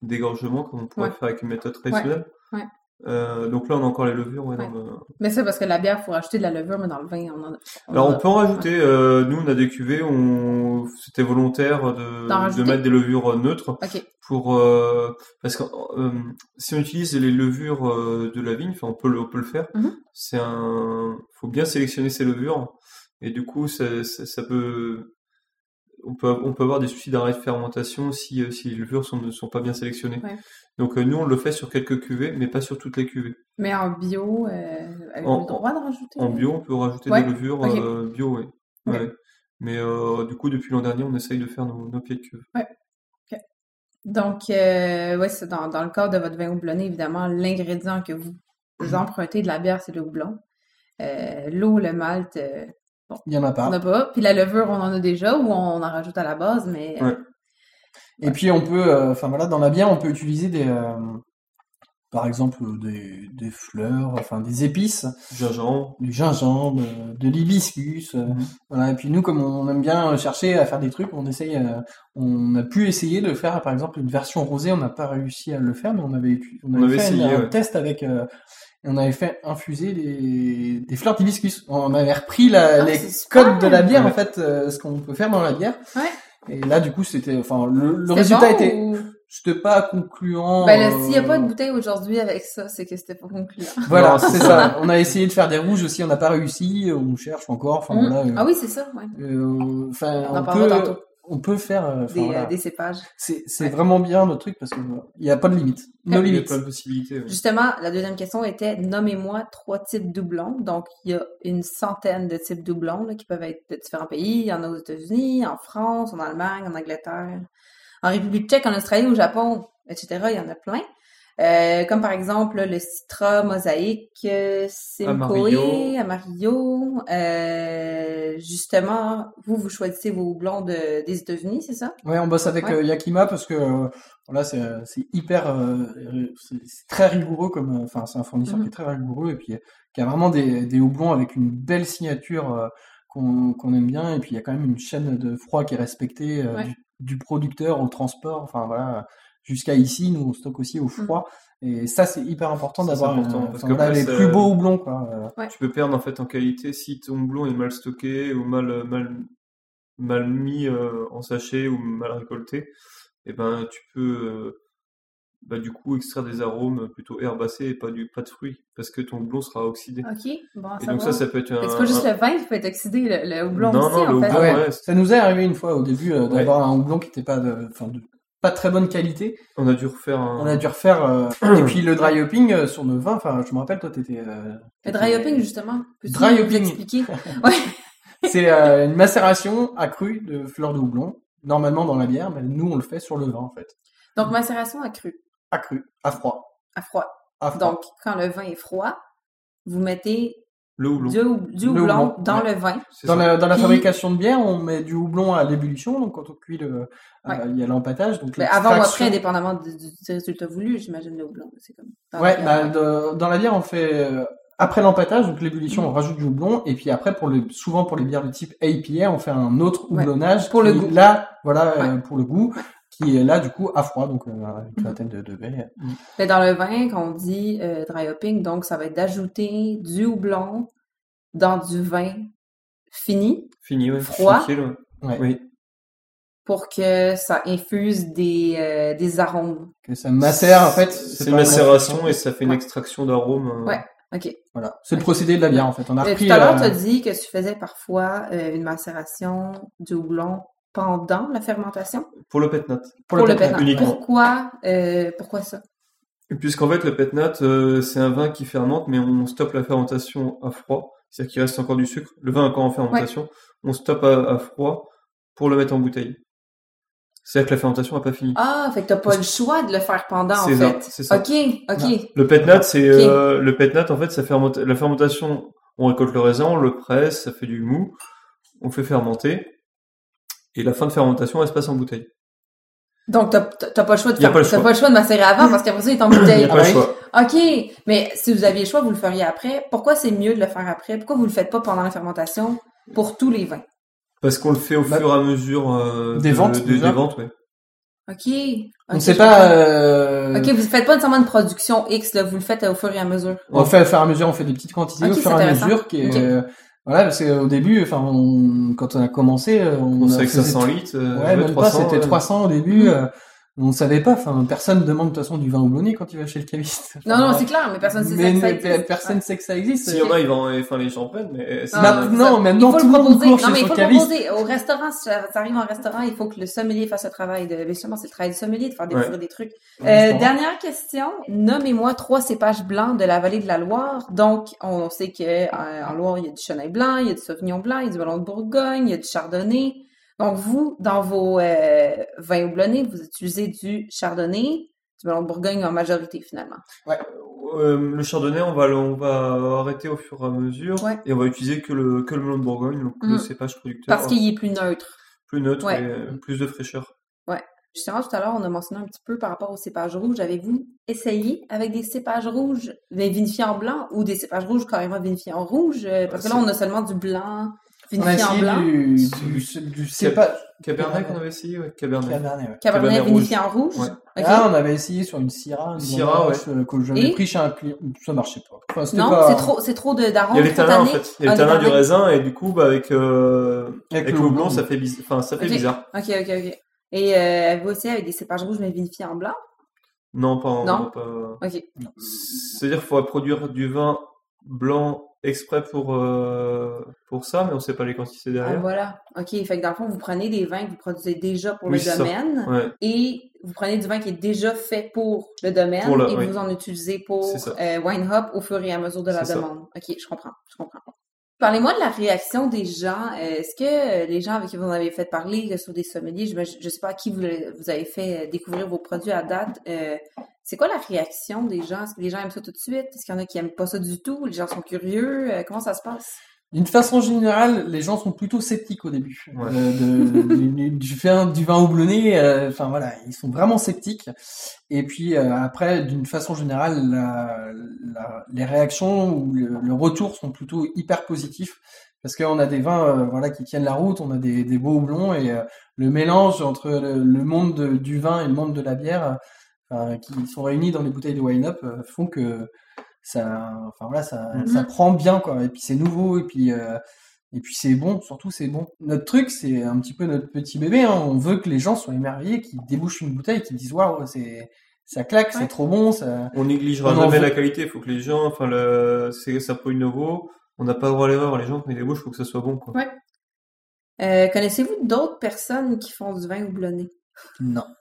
[SPEAKER 2] dégorgement comme on pourrait
[SPEAKER 1] Ouais.
[SPEAKER 2] faire avec une méthode traditionnelle.
[SPEAKER 1] Ouais, ouais.
[SPEAKER 2] Euh, donc là, on a encore les levures. ouais,
[SPEAKER 1] Ouais.
[SPEAKER 2] dans le-
[SPEAKER 1] Mais ça, parce que la bière, il faut rajouter de la levure, mais dans le vin, on en a. on
[SPEAKER 2] Alors
[SPEAKER 1] en
[SPEAKER 2] on
[SPEAKER 1] a-
[SPEAKER 2] peut en rajouter. euh, nous, on a des cuvées. On... C'était volontaire
[SPEAKER 1] D'en
[SPEAKER 2] de... de
[SPEAKER 1] rajouter.
[SPEAKER 2] mettre des levures neutres
[SPEAKER 1] Ok,
[SPEAKER 2] pour euh, parce que euh, si on utilise les levures euh, de la vigne, enfin on peut le, on peut le faire.
[SPEAKER 1] Mhm.
[SPEAKER 2] C'est un, faut bien sélectionner ses levures et du coup ça, ça, ça peut, on peut on peut avoir des soucis d'arrêt de fermentation si euh, si les levures sont, ne sont pas bien sélectionnées.
[SPEAKER 1] Ouais.
[SPEAKER 2] Donc euh, nous on le fait sur quelques cuvées, mais pas sur toutes les cuvées.
[SPEAKER 1] mais en bio, euh, avez-vous
[SPEAKER 2] En-
[SPEAKER 1] le droit de rajouter
[SPEAKER 2] En bio on peut rajouter
[SPEAKER 1] Ouais.
[SPEAKER 2] des levures
[SPEAKER 1] Ok.
[SPEAKER 2] euh, bio, ouais.
[SPEAKER 1] Ok.
[SPEAKER 2] Ouais. Mais euh, du coup depuis l'an dernier on essaye de faire nos, nos pieds de cuve.
[SPEAKER 1] Donc, euh, ouais, c'est dans, dans le cadre de votre vin houblonné, évidemment, l'ingrédient que vous, vous empruntez de la bière, c'est le houblon. Euh, L'eau, le malt, euh,
[SPEAKER 3] Il y en a pas.
[SPEAKER 1] on n'a pas. Puis la levure, on en a déjà, ou on en rajoute à la base, mais euh,
[SPEAKER 2] Ouais.
[SPEAKER 3] Et puis on peut, euh, enfin voilà, dans la bière, on peut utiliser des, euh, par exemple euh, des, des fleurs, enfin des épices,
[SPEAKER 2] Gingembre.
[SPEAKER 3] du gingembre, euh, de l'hibiscus,
[SPEAKER 1] Mhm.
[SPEAKER 3] euh, voilà. Et puis nous, comme on aime bien chercher à faire des trucs, on essaye, euh, on a pu essayer de faire, par exemple, une version rosée. On n'a pas réussi à le faire, mais on avait, utu- on avait
[SPEAKER 2] avait
[SPEAKER 3] fait une-
[SPEAKER 2] essayé,
[SPEAKER 3] un
[SPEAKER 2] ouais.
[SPEAKER 3] test avec. euh, on avait fait infuser des, des fleurs d'hibiscus. On avait repris la,
[SPEAKER 1] Ah,
[SPEAKER 3] les
[SPEAKER 1] c'est super.
[SPEAKER 3] codes de la bière,
[SPEAKER 2] Ouais.
[SPEAKER 3] en fait, euh, ce qu'on peut faire dans la bière.
[SPEAKER 1] Ouais.
[SPEAKER 3] Et là, du coup, c'était, enfin, le, le
[SPEAKER 1] c'était
[SPEAKER 3] résultat
[SPEAKER 1] bon
[SPEAKER 3] était,
[SPEAKER 1] ou-
[SPEAKER 3] c'était pas concluant.
[SPEAKER 1] Ben, là,
[SPEAKER 3] euh,
[SPEAKER 1] s'il n'y a pas de bouteille aujourd'hui avec ça, c'est que c'était pas concluant.
[SPEAKER 3] Voilà,
[SPEAKER 2] Non,
[SPEAKER 3] c'est
[SPEAKER 2] c'est
[SPEAKER 3] ça. On a essayé de faire des rouges aussi, on n'a pas réussi, on cherche encore. Enfin
[SPEAKER 1] Mm.
[SPEAKER 3] voilà. euh,
[SPEAKER 1] Ah oui, c'est ça, ouais.
[SPEAKER 3] euh, enfin,
[SPEAKER 1] On en
[SPEAKER 3] on,
[SPEAKER 1] parlera
[SPEAKER 3] peut,
[SPEAKER 1] tantôt.
[SPEAKER 3] on peut faire. euh, enfin,
[SPEAKER 1] Des, euh,
[SPEAKER 3] voilà.
[SPEAKER 1] des cépages.
[SPEAKER 3] C'est c'est
[SPEAKER 1] Ouais.
[SPEAKER 3] vraiment bien notre truc parce que euh, il y a pas de limite.
[SPEAKER 2] Il
[SPEAKER 3] No
[SPEAKER 2] y a
[SPEAKER 3] limit.
[SPEAKER 2] plein de possibilités. ouais.
[SPEAKER 1] Justement, la deuxième question était nommez-moi trois types doublons. Donc, il y a une centaine de types doublons là, qui peuvent être de différents pays. Il y en a aux États-Unis, en France, en Allemagne, en Angleterre, en République tchèque, en Australie, au Japon, etc. Il y en a plein. Euh, comme par exemple là, le Citra, Mosaïque, euh, Simcoe,
[SPEAKER 2] Amarillo.
[SPEAKER 1] Amarillo. Euh, justement, vous, vous choisissez vos doublons de- des États-Unis, c'est ça?
[SPEAKER 3] Ouais, on bosse avec
[SPEAKER 1] Ouais.
[SPEAKER 3] euh, Yakima parce que euh, voilà, c'est euh, c'est hyper, euh, ri- c'est c'est très rigoureux comme, euh, enfin, c'est un fournisseur
[SPEAKER 1] Mhm.
[SPEAKER 3] qui est très rigoureux et puis euh, qui a vraiment des, des houblons avec une belle signature euh, qu'on qu'on aime bien et puis il y a quand même une chaîne de froid qui est respectée euh,
[SPEAKER 1] Ouais.
[SPEAKER 3] du, du producteur au transport, enfin voilà, jusqu'à ici, nous on stocke
[SPEAKER 1] Mm.
[SPEAKER 3] aussi au froid et ça c'est hyper important
[SPEAKER 2] Ça, c'est
[SPEAKER 3] d'avoir
[SPEAKER 2] important,
[SPEAKER 3] euh,
[SPEAKER 2] parce
[SPEAKER 3] enfin,
[SPEAKER 2] qu'après,
[SPEAKER 3] voilà, les
[SPEAKER 2] ça-
[SPEAKER 3] plus beaux houblons quoi. euh,
[SPEAKER 2] tu peux perdre en fait en qualité si ton blond est mal euh, stocké ou mal mal mal mis euh, en sachet ou mal récolté. eh ben, tu peux euh, bah, du coup extraire des arômes plutôt herbacés et pas, du, pas de fruits, parce que ton houblon sera oxydé.
[SPEAKER 1] OK. Bon, à
[SPEAKER 2] Et donc
[SPEAKER 1] savoir.
[SPEAKER 2] ça, ça peut être un...
[SPEAKER 1] Fait que C'est pas juste
[SPEAKER 2] un-
[SPEAKER 1] le vin qui peut être oxydé, le, le houblon
[SPEAKER 2] Non,
[SPEAKER 1] aussi,
[SPEAKER 2] non, le
[SPEAKER 1] en fait.
[SPEAKER 2] houblon,
[SPEAKER 3] Ah ouais.
[SPEAKER 2] ouais, c'est-
[SPEAKER 3] Ça nous est arrivé une fois au début euh,
[SPEAKER 2] Ouais.
[SPEAKER 3] d'avoir un houblon qui était pas de, enfin, de- pas de très bonne qualité.
[SPEAKER 2] on a dû refaire un...
[SPEAKER 3] On a dû refaire. euh, et puis le dry hopping euh, sur nos vins. Enfin, je me rappelle, toi, t'étais. euh,
[SPEAKER 1] Le dry hopping, justement. Peux-tu
[SPEAKER 3] Dry
[SPEAKER 1] nous
[SPEAKER 3] hopping.
[SPEAKER 1] expliquer?
[SPEAKER 3] C'est euh, une macération accrue de fleurs de houblon. Normalement dans la bière, mais nous on le fait sur le vin en fait.
[SPEAKER 1] Donc, macération à cru,
[SPEAKER 3] Accru, à froid.
[SPEAKER 1] à froid.
[SPEAKER 3] À froid.
[SPEAKER 1] Donc, quand le vin est froid, vous mettez
[SPEAKER 2] Le houblon.
[SPEAKER 1] du, hou- du
[SPEAKER 3] Le
[SPEAKER 1] houblon,
[SPEAKER 3] houblon,
[SPEAKER 1] dans
[SPEAKER 3] ouais.
[SPEAKER 1] le vin.
[SPEAKER 2] c'est
[SPEAKER 3] Dans
[SPEAKER 2] ça.
[SPEAKER 3] la, dans la
[SPEAKER 1] Puis-
[SPEAKER 3] fabrication de bière, on met du houblon à l'ébullition, donc quand on cuit le, euh,
[SPEAKER 1] Ouais.
[SPEAKER 3] il y a l'empâtage. Donc
[SPEAKER 1] Mais Ben, avant ou après,
[SPEAKER 3] l'extraction-
[SPEAKER 1] indépendamment du, du- du résultat voulu, j'imagine le houblon. C'est comme. dans la
[SPEAKER 3] Ouais,
[SPEAKER 1] bière.
[SPEAKER 3] bah, de- dans la bière, on fait euh, après l'empâtage, donc
[SPEAKER 1] Mm.
[SPEAKER 3] l'ébullition, on rajoute du houblon, et puis après, pour le, souvent pour les bières de type APA, on fait un autre
[SPEAKER 1] Ouais.
[SPEAKER 3] houblonnage
[SPEAKER 1] Pour le
[SPEAKER 3] qui,
[SPEAKER 1] goût.
[SPEAKER 3] Là, voilà, euh, pour le goût, qui est là du coup à froid, donc euh,
[SPEAKER 1] Mm.
[SPEAKER 3] une vingtaine de degrés.
[SPEAKER 1] Mais dans le vin, quand on dit euh, dry hopping, donc ça va être d'ajouter du houblon dans du vin fini
[SPEAKER 2] Fini, ouais.
[SPEAKER 1] Froid.
[SPEAKER 2] Tranquille, ouais.
[SPEAKER 3] Ouais.
[SPEAKER 2] Oui.
[SPEAKER 1] pour que ça infuse des, euh, des arômes.
[SPEAKER 3] Que ça macère en fait.
[SPEAKER 2] C'est
[SPEAKER 3] pas
[SPEAKER 2] macération et ça fait une
[SPEAKER 1] Ouais.
[SPEAKER 2] extraction d'arômes. euh,
[SPEAKER 1] Ouais. OK.
[SPEAKER 3] Voilà, c'est le procédé de la bière en fait. On a
[SPEAKER 1] Euh,
[SPEAKER 3] repris.
[SPEAKER 1] tout à l'heure,
[SPEAKER 3] euh,
[SPEAKER 1] tu as dit que tu faisais parfois euh, une macération du houblon pendant la fermentation
[SPEAKER 2] Pour le pétnat.
[SPEAKER 1] pour, le pétnat.
[SPEAKER 2] Uniquement.
[SPEAKER 1] Pourquoi, euh, pourquoi ça?
[SPEAKER 2] Puisqu'en fait, le pétnat, euh, c'est un vin qui fermente, mais on stoppe la fermentation à froid. C'est-à-dire qu'il reste encore du sucre. Le vin est encore en fermentation. On stoppe à, à froid pour le mettre en bouteille. C'est-à-dire que la fermentation n'a pas fini.
[SPEAKER 1] Ah, fait que t'as pas le choix de le faire pendant, en
[SPEAKER 2] C'est ça,
[SPEAKER 1] fait.
[SPEAKER 2] c'est ça.
[SPEAKER 1] OK, OK.
[SPEAKER 2] Le pétnat, c'est euh, le pétnat. En fait, ça fermente. La fermentation, on récolte le raisin, on le presse, ça fait du mou, on fait fermenter, et la fin de fermentation, elle se passe en bouteille.
[SPEAKER 1] Donc, t'as t'as pas le choix de
[SPEAKER 2] Y a
[SPEAKER 1] faire,
[SPEAKER 2] pas le
[SPEAKER 1] t'as
[SPEAKER 2] choix.
[SPEAKER 1] pas le choix de macérer avant parce qu'après ça, il est en bouteille.
[SPEAKER 2] Il n'y a pas le
[SPEAKER 3] oui.
[SPEAKER 2] choix.
[SPEAKER 1] OK, mais si vous aviez le choix, vous le feriez après. Pourquoi c'est mieux de le faire après? Pourquoi vous le faites pas pendant la fermentation pour tous les vins?
[SPEAKER 2] Parce qu'on le fait au
[SPEAKER 3] Bah,
[SPEAKER 2] fur et à mesure euh,
[SPEAKER 3] des
[SPEAKER 2] de-
[SPEAKER 3] ventes,
[SPEAKER 2] de-
[SPEAKER 3] déjà.
[SPEAKER 2] des ventes, ouais.
[SPEAKER 1] OK. Ah, ok,
[SPEAKER 3] On ne sait
[SPEAKER 1] je
[SPEAKER 3] pas.
[SPEAKER 1] comprends.
[SPEAKER 3] euh,
[SPEAKER 1] OK, vous faites pas nécessairement une production X, là, vous le faites au fur et à mesure.
[SPEAKER 3] On fait au fur et à mesure, on fait des petites quantités
[SPEAKER 1] Ok,
[SPEAKER 3] au fur
[SPEAKER 1] c'est
[SPEAKER 3] et à
[SPEAKER 1] intéressant.
[SPEAKER 3] mesure. Qui est,
[SPEAKER 1] Ok.
[SPEAKER 3] euh, voilà, parce qu'au début, enfin, on- quand on a commencé, euh, on,
[SPEAKER 2] On
[SPEAKER 3] a
[SPEAKER 2] sait que
[SPEAKER 3] faisait
[SPEAKER 2] 500
[SPEAKER 3] tout-
[SPEAKER 2] litres, euh,
[SPEAKER 3] Ouais, même pas, c'était
[SPEAKER 2] ouais.
[SPEAKER 3] 300 au
[SPEAKER 1] Mm.
[SPEAKER 3] début. euh, on savait pas. Enfin, personne demande de toute façon du vin houblonné quand il va chez le caviste.
[SPEAKER 1] Non, non, c'est clair, mais personne sait ça que ça
[SPEAKER 3] Mais
[SPEAKER 1] existe.
[SPEAKER 3] personne sait que ça existe.
[SPEAKER 2] S'il y en a, ils vont, enfin, les gens prennent, mais euh, c'est-
[SPEAKER 1] Ah,
[SPEAKER 3] Maintenant,
[SPEAKER 1] c'est ça.
[SPEAKER 3] maintenant,
[SPEAKER 1] Il faut
[SPEAKER 3] tout le monde
[SPEAKER 1] proposer.
[SPEAKER 3] court
[SPEAKER 1] Non,
[SPEAKER 3] chez
[SPEAKER 1] mais il
[SPEAKER 3] son
[SPEAKER 1] faut le
[SPEAKER 3] caviste.
[SPEAKER 1] proposer. Au restaurant, si ça ça arrive en restaurant, il faut que le sommelier fasse le travail. De, mais justement, c'est le travail du sommelier de faire découvrir des trucs.
[SPEAKER 3] Ouais,
[SPEAKER 1] Euh,
[SPEAKER 3] justement.
[SPEAKER 1] dernière question. Nommez-moi trois cépages blancs de la vallée de la Loire. Donc, on sait que euh, en Loire, il y a du Chenin blanc, il y a du Sauvignon blanc, il y a du Ballon de Bourgogne, il y a du Chardonnay. Donc, vous, dans vos euh, vins houblonnés, vous utilisez du Chardonnay, du Ballon de Bourgogne en majorité, finalement.
[SPEAKER 2] Euh, le chardonnay, on va, le- on va arrêter au fur et à mesure,
[SPEAKER 1] Ouais.
[SPEAKER 2] et on va utiliser que le, que le melon de Bourgogne, donc
[SPEAKER 1] Mm.
[SPEAKER 2] le cépage producteur,
[SPEAKER 1] Parce qu'il est plus neutre.
[SPEAKER 2] plus neutre
[SPEAKER 1] Ouais.
[SPEAKER 2] et euh, plus de fraîcheur.
[SPEAKER 1] Justement, tout à l'heure, on a mentionné un petit peu par rapport aux cépages rouges. Avez-vous essayé avec des cépages rouges, des vinifiés en blanc ou des cépages rouges carrément vinifiés en rouge? Euh, Parce que là, on a seulement du blanc
[SPEAKER 3] on a
[SPEAKER 1] vinifié en
[SPEAKER 3] essayé
[SPEAKER 1] blanc.
[SPEAKER 3] du, du,
[SPEAKER 2] Celui-
[SPEAKER 3] du cépage
[SPEAKER 2] Cabernet qu'on avait essayé, ouais, Cabernet.
[SPEAKER 3] Cabernet, Ah, ouais.
[SPEAKER 1] Cabernet
[SPEAKER 2] Cabernet
[SPEAKER 1] vinifié en rouge.
[SPEAKER 2] Ouais.
[SPEAKER 1] Ok.
[SPEAKER 3] Là, on avait essayé sur une Syrah, une
[SPEAKER 2] Syrah,
[SPEAKER 3] Blanc Roche, euh, que j'avais
[SPEAKER 1] Et
[SPEAKER 3] pris chez un client. Ça marchait pas. Enfin, c'était
[SPEAKER 1] non,
[SPEAKER 3] pas-
[SPEAKER 1] c'est trop, c'est trop de d'arômes
[SPEAKER 2] Il y a les tanins en
[SPEAKER 1] spontanés.
[SPEAKER 2] fait, il y a
[SPEAKER 1] Ah,
[SPEAKER 2] les
[SPEAKER 1] le
[SPEAKER 2] tanins du
[SPEAKER 1] tannin.
[SPEAKER 2] raisin et du coup bah, avec, euh, avec, le houblon ça fait, bizarre. enfin, ça fait
[SPEAKER 1] Ok.
[SPEAKER 2] bizarre.
[SPEAKER 1] Ok, ok, ok. Et euh, avez-vous essayé avec des cépages rouges mais vinifiés en blanc?
[SPEAKER 2] Non, pas, en-
[SPEAKER 1] Non.
[SPEAKER 2] pas-
[SPEAKER 1] Ok.
[SPEAKER 2] C'est-à-dire qu'il faudra produire du vin blanc exprès pour, euh, pour ça, mais on sait pas les quantités
[SPEAKER 1] Ah,
[SPEAKER 2] derrière.
[SPEAKER 1] voilà. Ok. Fait que dans le fond, vous prenez des vins que vous produisez déjà pour
[SPEAKER 2] Oui,
[SPEAKER 1] le
[SPEAKER 2] c'est ça.
[SPEAKER 1] domaine.
[SPEAKER 2] Ouais.
[SPEAKER 1] et vous prenez du vin qui est déjà fait pour le domaine
[SPEAKER 2] Pour le-
[SPEAKER 1] et
[SPEAKER 2] oui.
[SPEAKER 1] vous en utilisez pour
[SPEAKER 2] C'est ça.
[SPEAKER 1] euh, Wine Hop au fur et à mesure de la
[SPEAKER 2] C'est ça.
[SPEAKER 1] demande. OK, je comprends, je comprends. Parlez-moi de la réaction des gens. Euh, Est-ce que euh, les gens avec qui vous en avez fait parler, que ce soit des sommeliers, je ne sais pas à qui vous, le- vous avez fait euh, découvrir vos produits à date, euh, c'est quoi la réaction des gens? Est-ce que les gens aiment ça tout de suite? Est-ce qu'il y en a qui aiment pas ça du tout? Les gens sont curieux? Euh, comment ça se passe?
[SPEAKER 3] D'une façon générale, les gens sont plutôt sceptiques au début
[SPEAKER 2] Ouais.
[SPEAKER 3] euh, de- du, du vin, du vin houblonné. euh, Enfin voilà, ils sont vraiment sceptiques. Et puis euh, après, d'une façon générale, la- la- les réactions ou le, le retour sont plutôt hyper positifs parce qu'on a des vins euh, voilà qui tiennent la route, on a des, des beaux houblons et euh, le mélange entre le, le monde de- du vin et le monde de la bière euh, enfin, qui sont réunis dans les bouteilles de wine up euh, font que ça, enfin voilà, ça,
[SPEAKER 2] Mhm.
[SPEAKER 1] Mm-hmm.
[SPEAKER 3] ça prend bien quoi. Et puis c'est nouveau et puis euh, Et puis c'est bon, surtout c'est bon. Notre truc, c'est un petit peu notre petit bébé. hein. On veut que les gens soient émerveillés, qu'ils débouchent une bouteille, qu'ils disent waouh, c'est ça claque, c'est
[SPEAKER 1] Ouais.
[SPEAKER 3] trop bon. Ça...
[SPEAKER 2] On négligera
[SPEAKER 3] On en
[SPEAKER 2] jamais
[SPEAKER 3] veut-
[SPEAKER 2] la qualité. Il faut que les gens, enfin, le... c'est ça pour Innovo. On n'a pas le droit à l'erreur. Les gens qui mettent des bouches, il faut que ça soit bon. Quoi.
[SPEAKER 1] Ouais. Euh, Connaissez-vous d'autres personnes qui font du vin houblonné?
[SPEAKER 3] Non.
[SPEAKER 1] Oh,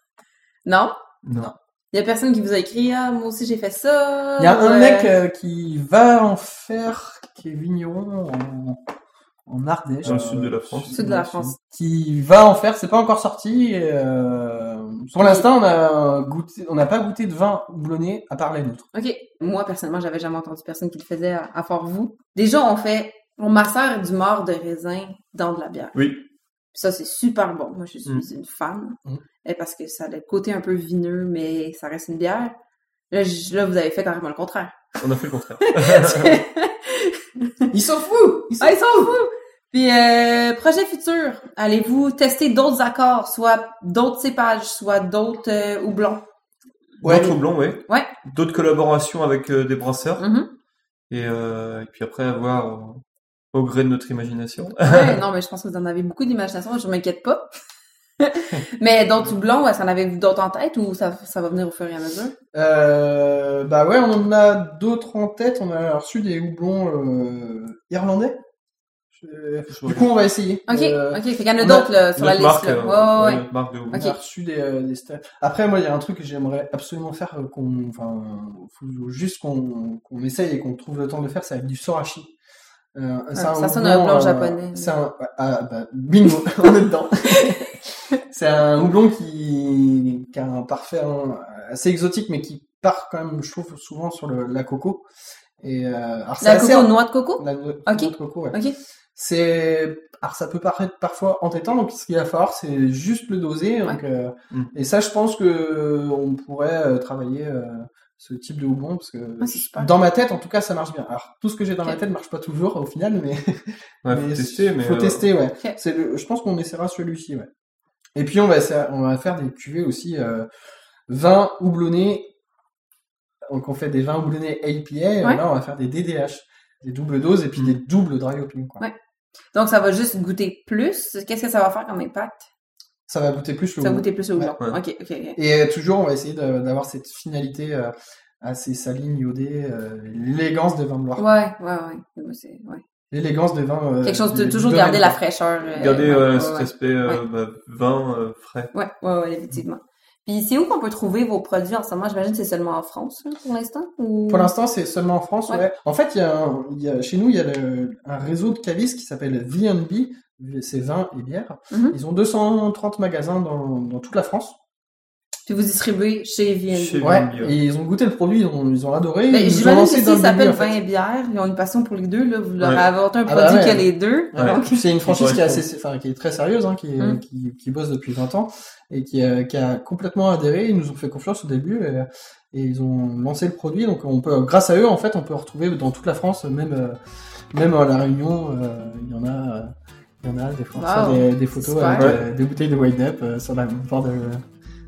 [SPEAKER 1] Non?
[SPEAKER 2] Non.
[SPEAKER 1] Il y a personne qui vous a écrit Ah, moi aussi j'ai fait ça.
[SPEAKER 3] Il y a un
[SPEAKER 1] Euh,
[SPEAKER 3] mec euh, qui va en faire, qui est vigneron en, en Ardèche.
[SPEAKER 2] Dans le sud de la France.
[SPEAKER 1] Sud de la France.
[SPEAKER 3] Qui va en faire, c'est pas encore sorti. euh, Pour l'instant, on a goûté, on n'a pas goûté de vin houblonné à part les nôtres.
[SPEAKER 1] OK. Moi, personnellement, j'avais jamais entendu personne qui le faisait à, à fort vous. Déjà, on fait, on macère du mort de raisin dans de la bière.
[SPEAKER 2] Oui.
[SPEAKER 1] Puis ça, c'est super bon. Moi, je suis
[SPEAKER 2] Mm.
[SPEAKER 1] une fan.
[SPEAKER 3] Mm.
[SPEAKER 1] Et parce que ça a le côté un peu vineux, mais ça reste une bière. Là, je- là vous avez fait carrément le contraire.
[SPEAKER 2] On a fait le contraire.
[SPEAKER 3] Ils s'en foutent. Ils s'en
[SPEAKER 1] Ah, ils sont fous! Puis, euh, projet futur, allez-vous tester d'autres accords, soit d'autres cépages, soit d'autres euh, houblons?
[SPEAKER 3] Ouais.
[SPEAKER 2] D'autres blonds, oui.
[SPEAKER 1] Ouais.
[SPEAKER 2] D'autres collaborations avec euh, des brasseurs.
[SPEAKER 1] Mhm.
[SPEAKER 2] Et, euh, et puis après, à voir au, au gré de notre imagination.
[SPEAKER 1] Ouais, non, mais je pense que vous en avez beaucoup d'imagination, je m'inquiète pas. mais d'autres houblons, est-ce en avez-vous d'autres en tête ou ça, ça va venir au fur et à mesure?
[SPEAKER 3] Euh, bah ouais, on en a d'autres en tête. On a reçu des houblons euh, irlandais. Je-
[SPEAKER 2] Je
[SPEAKER 3] Du coup, on va essayer.
[SPEAKER 1] OK,
[SPEAKER 3] Euh,
[SPEAKER 1] OK, fait qu'il y en a
[SPEAKER 3] on a
[SPEAKER 1] d'autres là, sur la
[SPEAKER 2] Notre
[SPEAKER 1] liste.
[SPEAKER 2] marque,
[SPEAKER 1] là.
[SPEAKER 2] euh,
[SPEAKER 1] Ouais, ouais,
[SPEAKER 2] ouais,
[SPEAKER 1] ouais.
[SPEAKER 2] notre marque de
[SPEAKER 3] on
[SPEAKER 2] houblon.
[SPEAKER 1] Ok.
[SPEAKER 3] a reçu des, euh, des sta- Après, moi, il y a un truc que j'aimerais absolument faire, euh, qu'on, enfin, faut juste qu'on, qu'on essaye et qu'on trouve le temps de le faire, c'est avec du sorachi. Euh, c'est
[SPEAKER 1] Ah, ça sonne
[SPEAKER 3] houblon,
[SPEAKER 1] un houblon japonais.
[SPEAKER 3] C'est un, ah, bah, bingo, on est dedans. c'est un houblon qui, qui a un parfait hein, assez exotique, mais qui part quand même, je trouve, souvent sur le, la coco. Et, euh, alors, c'est
[SPEAKER 1] La
[SPEAKER 3] assez-
[SPEAKER 1] coco, noix de coco?
[SPEAKER 3] La noix
[SPEAKER 1] Ok.
[SPEAKER 3] noix de coco, ouais.
[SPEAKER 1] OK.
[SPEAKER 3] C'est alors ça peut paraître parfois entêtant, donc ce qu'il va falloir, c'est juste le doser. Donc, euh,
[SPEAKER 2] Mm.
[SPEAKER 3] Et ça, je pense que euh, on pourrait euh, travailler euh, ce type de houblon parce que
[SPEAKER 1] Ah, c'est super.
[SPEAKER 3] dans ma tête, en tout cas, ça marche bien. Alors tout ce que j'ai dans
[SPEAKER 1] Ok.
[SPEAKER 3] ma tête marche pas toujours au final, mais
[SPEAKER 2] Ouais,
[SPEAKER 3] mais
[SPEAKER 2] faut tester, mais.
[SPEAKER 3] faut
[SPEAKER 2] euh,
[SPEAKER 3] tester, ouais.
[SPEAKER 1] Ok.
[SPEAKER 3] C'est le- je pense qu'on essaiera celui-ci, ouais. Et puis on va essa- on va faire des cuvées aussi euh, vin houblonné. Donc on fait des vins houblonnés APA.
[SPEAKER 1] Ouais.
[SPEAKER 3] Là, on va faire des DDH, des doubles doses et puis
[SPEAKER 2] Mm.
[SPEAKER 3] des doubles dry hopping, quoi.
[SPEAKER 1] Ouais. Donc, ça va juste goûter plus. Qu'est-ce que ça va faire comme impact?
[SPEAKER 3] Ça va goûter plus le
[SPEAKER 1] Ça va
[SPEAKER 3] houblon.
[SPEAKER 1] goûter plus au houblon.
[SPEAKER 2] Ouais.
[SPEAKER 1] OK, OK, OK.
[SPEAKER 3] Et euh, toujours, on va essayer de- d'avoir cette finalité euh, assez saline, iodée, euh, l'élégance des vins de Loire.
[SPEAKER 1] Ouais, ouais, ouais. Moi, c'est- ouais.
[SPEAKER 3] L'élégance des vins. euh,
[SPEAKER 1] Quelque chose de
[SPEAKER 3] du-
[SPEAKER 1] toujours
[SPEAKER 3] du
[SPEAKER 1] garder la
[SPEAKER 3] domaine,
[SPEAKER 1] fraîcheur. euh, ouais,
[SPEAKER 2] Regardez euh,
[SPEAKER 1] ouais,
[SPEAKER 2] cet
[SPEAKER 1] ouais.
[SPEAKER 2] aspect euh, bah, vin euh, frais.
[SPEAKER 1] Ouais, ouais, ouais, effectivement. Puis c'est où qu'on peut trouver vos produits en ce moment? J'imagine que c'est seulement en France hein, pour l'instant? Ou...
[SPEAKER 3] quoi. Pour l'instant, c'est seulement en France. Ouais.
[SPEAKER 1] Ouais.
[SPEAKER 3] En fait, il y a un- il y a, chez nous, il y a le- un réseau de cavistes qui s'appelle V&B. C'est vins et bières.
[SPEAKER 1] Mhm.
[SPEAKER 3] Ils ont 230 magasins dans, dans toute la France.
[SPEAKER 1] Puis vous distribuez chez
[SPEAKER 2] Chez
[SPEAKER 1] VNB.
[SPEAKER 2] V&B,
[SPEAKER 3] Ouais.
[SPEAKER 2] ouais.
[SPEAKER 3] Et ils ont goûté le produit, ils ont, ils ont adoré.
[SPEAKER 1] Ben,
[SPEAKER 3] Hmm. ils nous ont
[SPEAKER 1] J'imagine que
[SPEAKER 3] lancé
[SPEAKER 1] si ça
[SPEAKER 3] dans le début,
[SPEAKER 1] s'appelle
[SPEAKER 3] en fait.
[SPEAKER 1] vin et bière, ils ont une passion pour les deux. Là. Vous leur
[SPEAKER 2] Ouais.
[SPEAKER 1] avez inventé un
[SPEAKER 3] Ah bah
[SPEAKER 1] produit
[SPEAKER 3] ouais.
[SPEAKER 1] qui a les deux.
[SPEAKER 2] Ouais.
[SPEAKER 1] Donc,
[SPEAKER 3] C'est une franchise qui est, assez, enfin, qui est très sérieuse, hein, qui, est-
[SPEAKER 1] Mm.
[SPEAKER 3] qui, qui bosse depuis 20 ans et qui, euh, qui a complètement adhéré. Ils nous ont fait confiance au début et, et ils ont lancé le produit. Donc, on peut, grâce à eux, en fait, on peut retrouver dans toute la France, même, euh, même à La Réunion, euh, il y en a. euh, il y en a des fois on
[SPEAKER 1] Wow.
[SPEAKER 3] reçoit des, des photos
[SPEAKER 1] Super.
[SPEAKER 3] avec euh, des bouteilles de Wide Up euh, sur la bord de...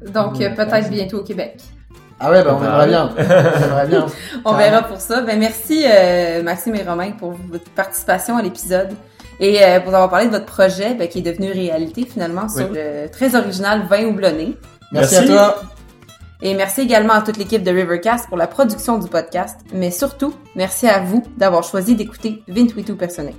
[SPEAKER 1] donc
[SPEAKER 3] Ouais.
[SPEAKER 1] euh, peut-être bientôt au Québec.
[SPEAKER 3] Ah ouais, bah on
[SPEAKER 2] Bah,
[SPEAKER 3] aimerait bien. on aimerait bien.
[SPEAKER 1] On
[SPEAKER 3] Carrément.
[SPEAKER 1] verra pour ça. Ben, merci euh, Maxime et Romain pour votre participation à l'épisode et euh, pour avoir parlé de votre projet ben, qui est devenu réalité finalement sur le très original vin houblonné.
[SPEAKER 3] Merci, à
[SPEAKER 2] Merci.
[SPEAKER 3] toi.
[SPEAKER 1] Et merci également à toute l'équipe de Rivercast pour la production du podcast, mais surtout, merci à vous d'avoir choisi d'écouter 22 Personnae.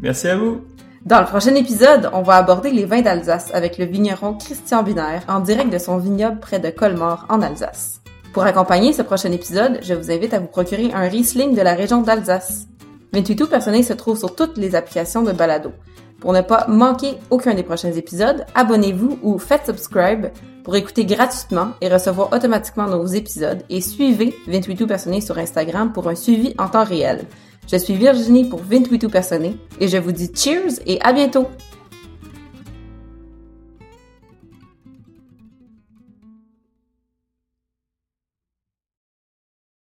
[SPEAKER 2] Merci à vous.
[SPEAKER 1] Dans le prochain épisode, on va aborder les vins d'Alsace avec le vigneron Christian Binaire en direct de son vignoble près de Colmar en Alsace. Pour accompagner ce prochain épisode, je vous invite à vous procurer un Riesling de la région d'Alsace. 28 personnel se trouve sur toutes les applications de balado. Pour ne pas manquer aucun des prochains épisodes, abonnez-vous ou faites subscribe pour écouter gratuitement et recevoir automatiquement nos épisodes et suivez 28 personnel sur Instagram pour un suivi en temps réel. Je suis Virginie pour 28 personnées et je vous dis cheers et à bientôt!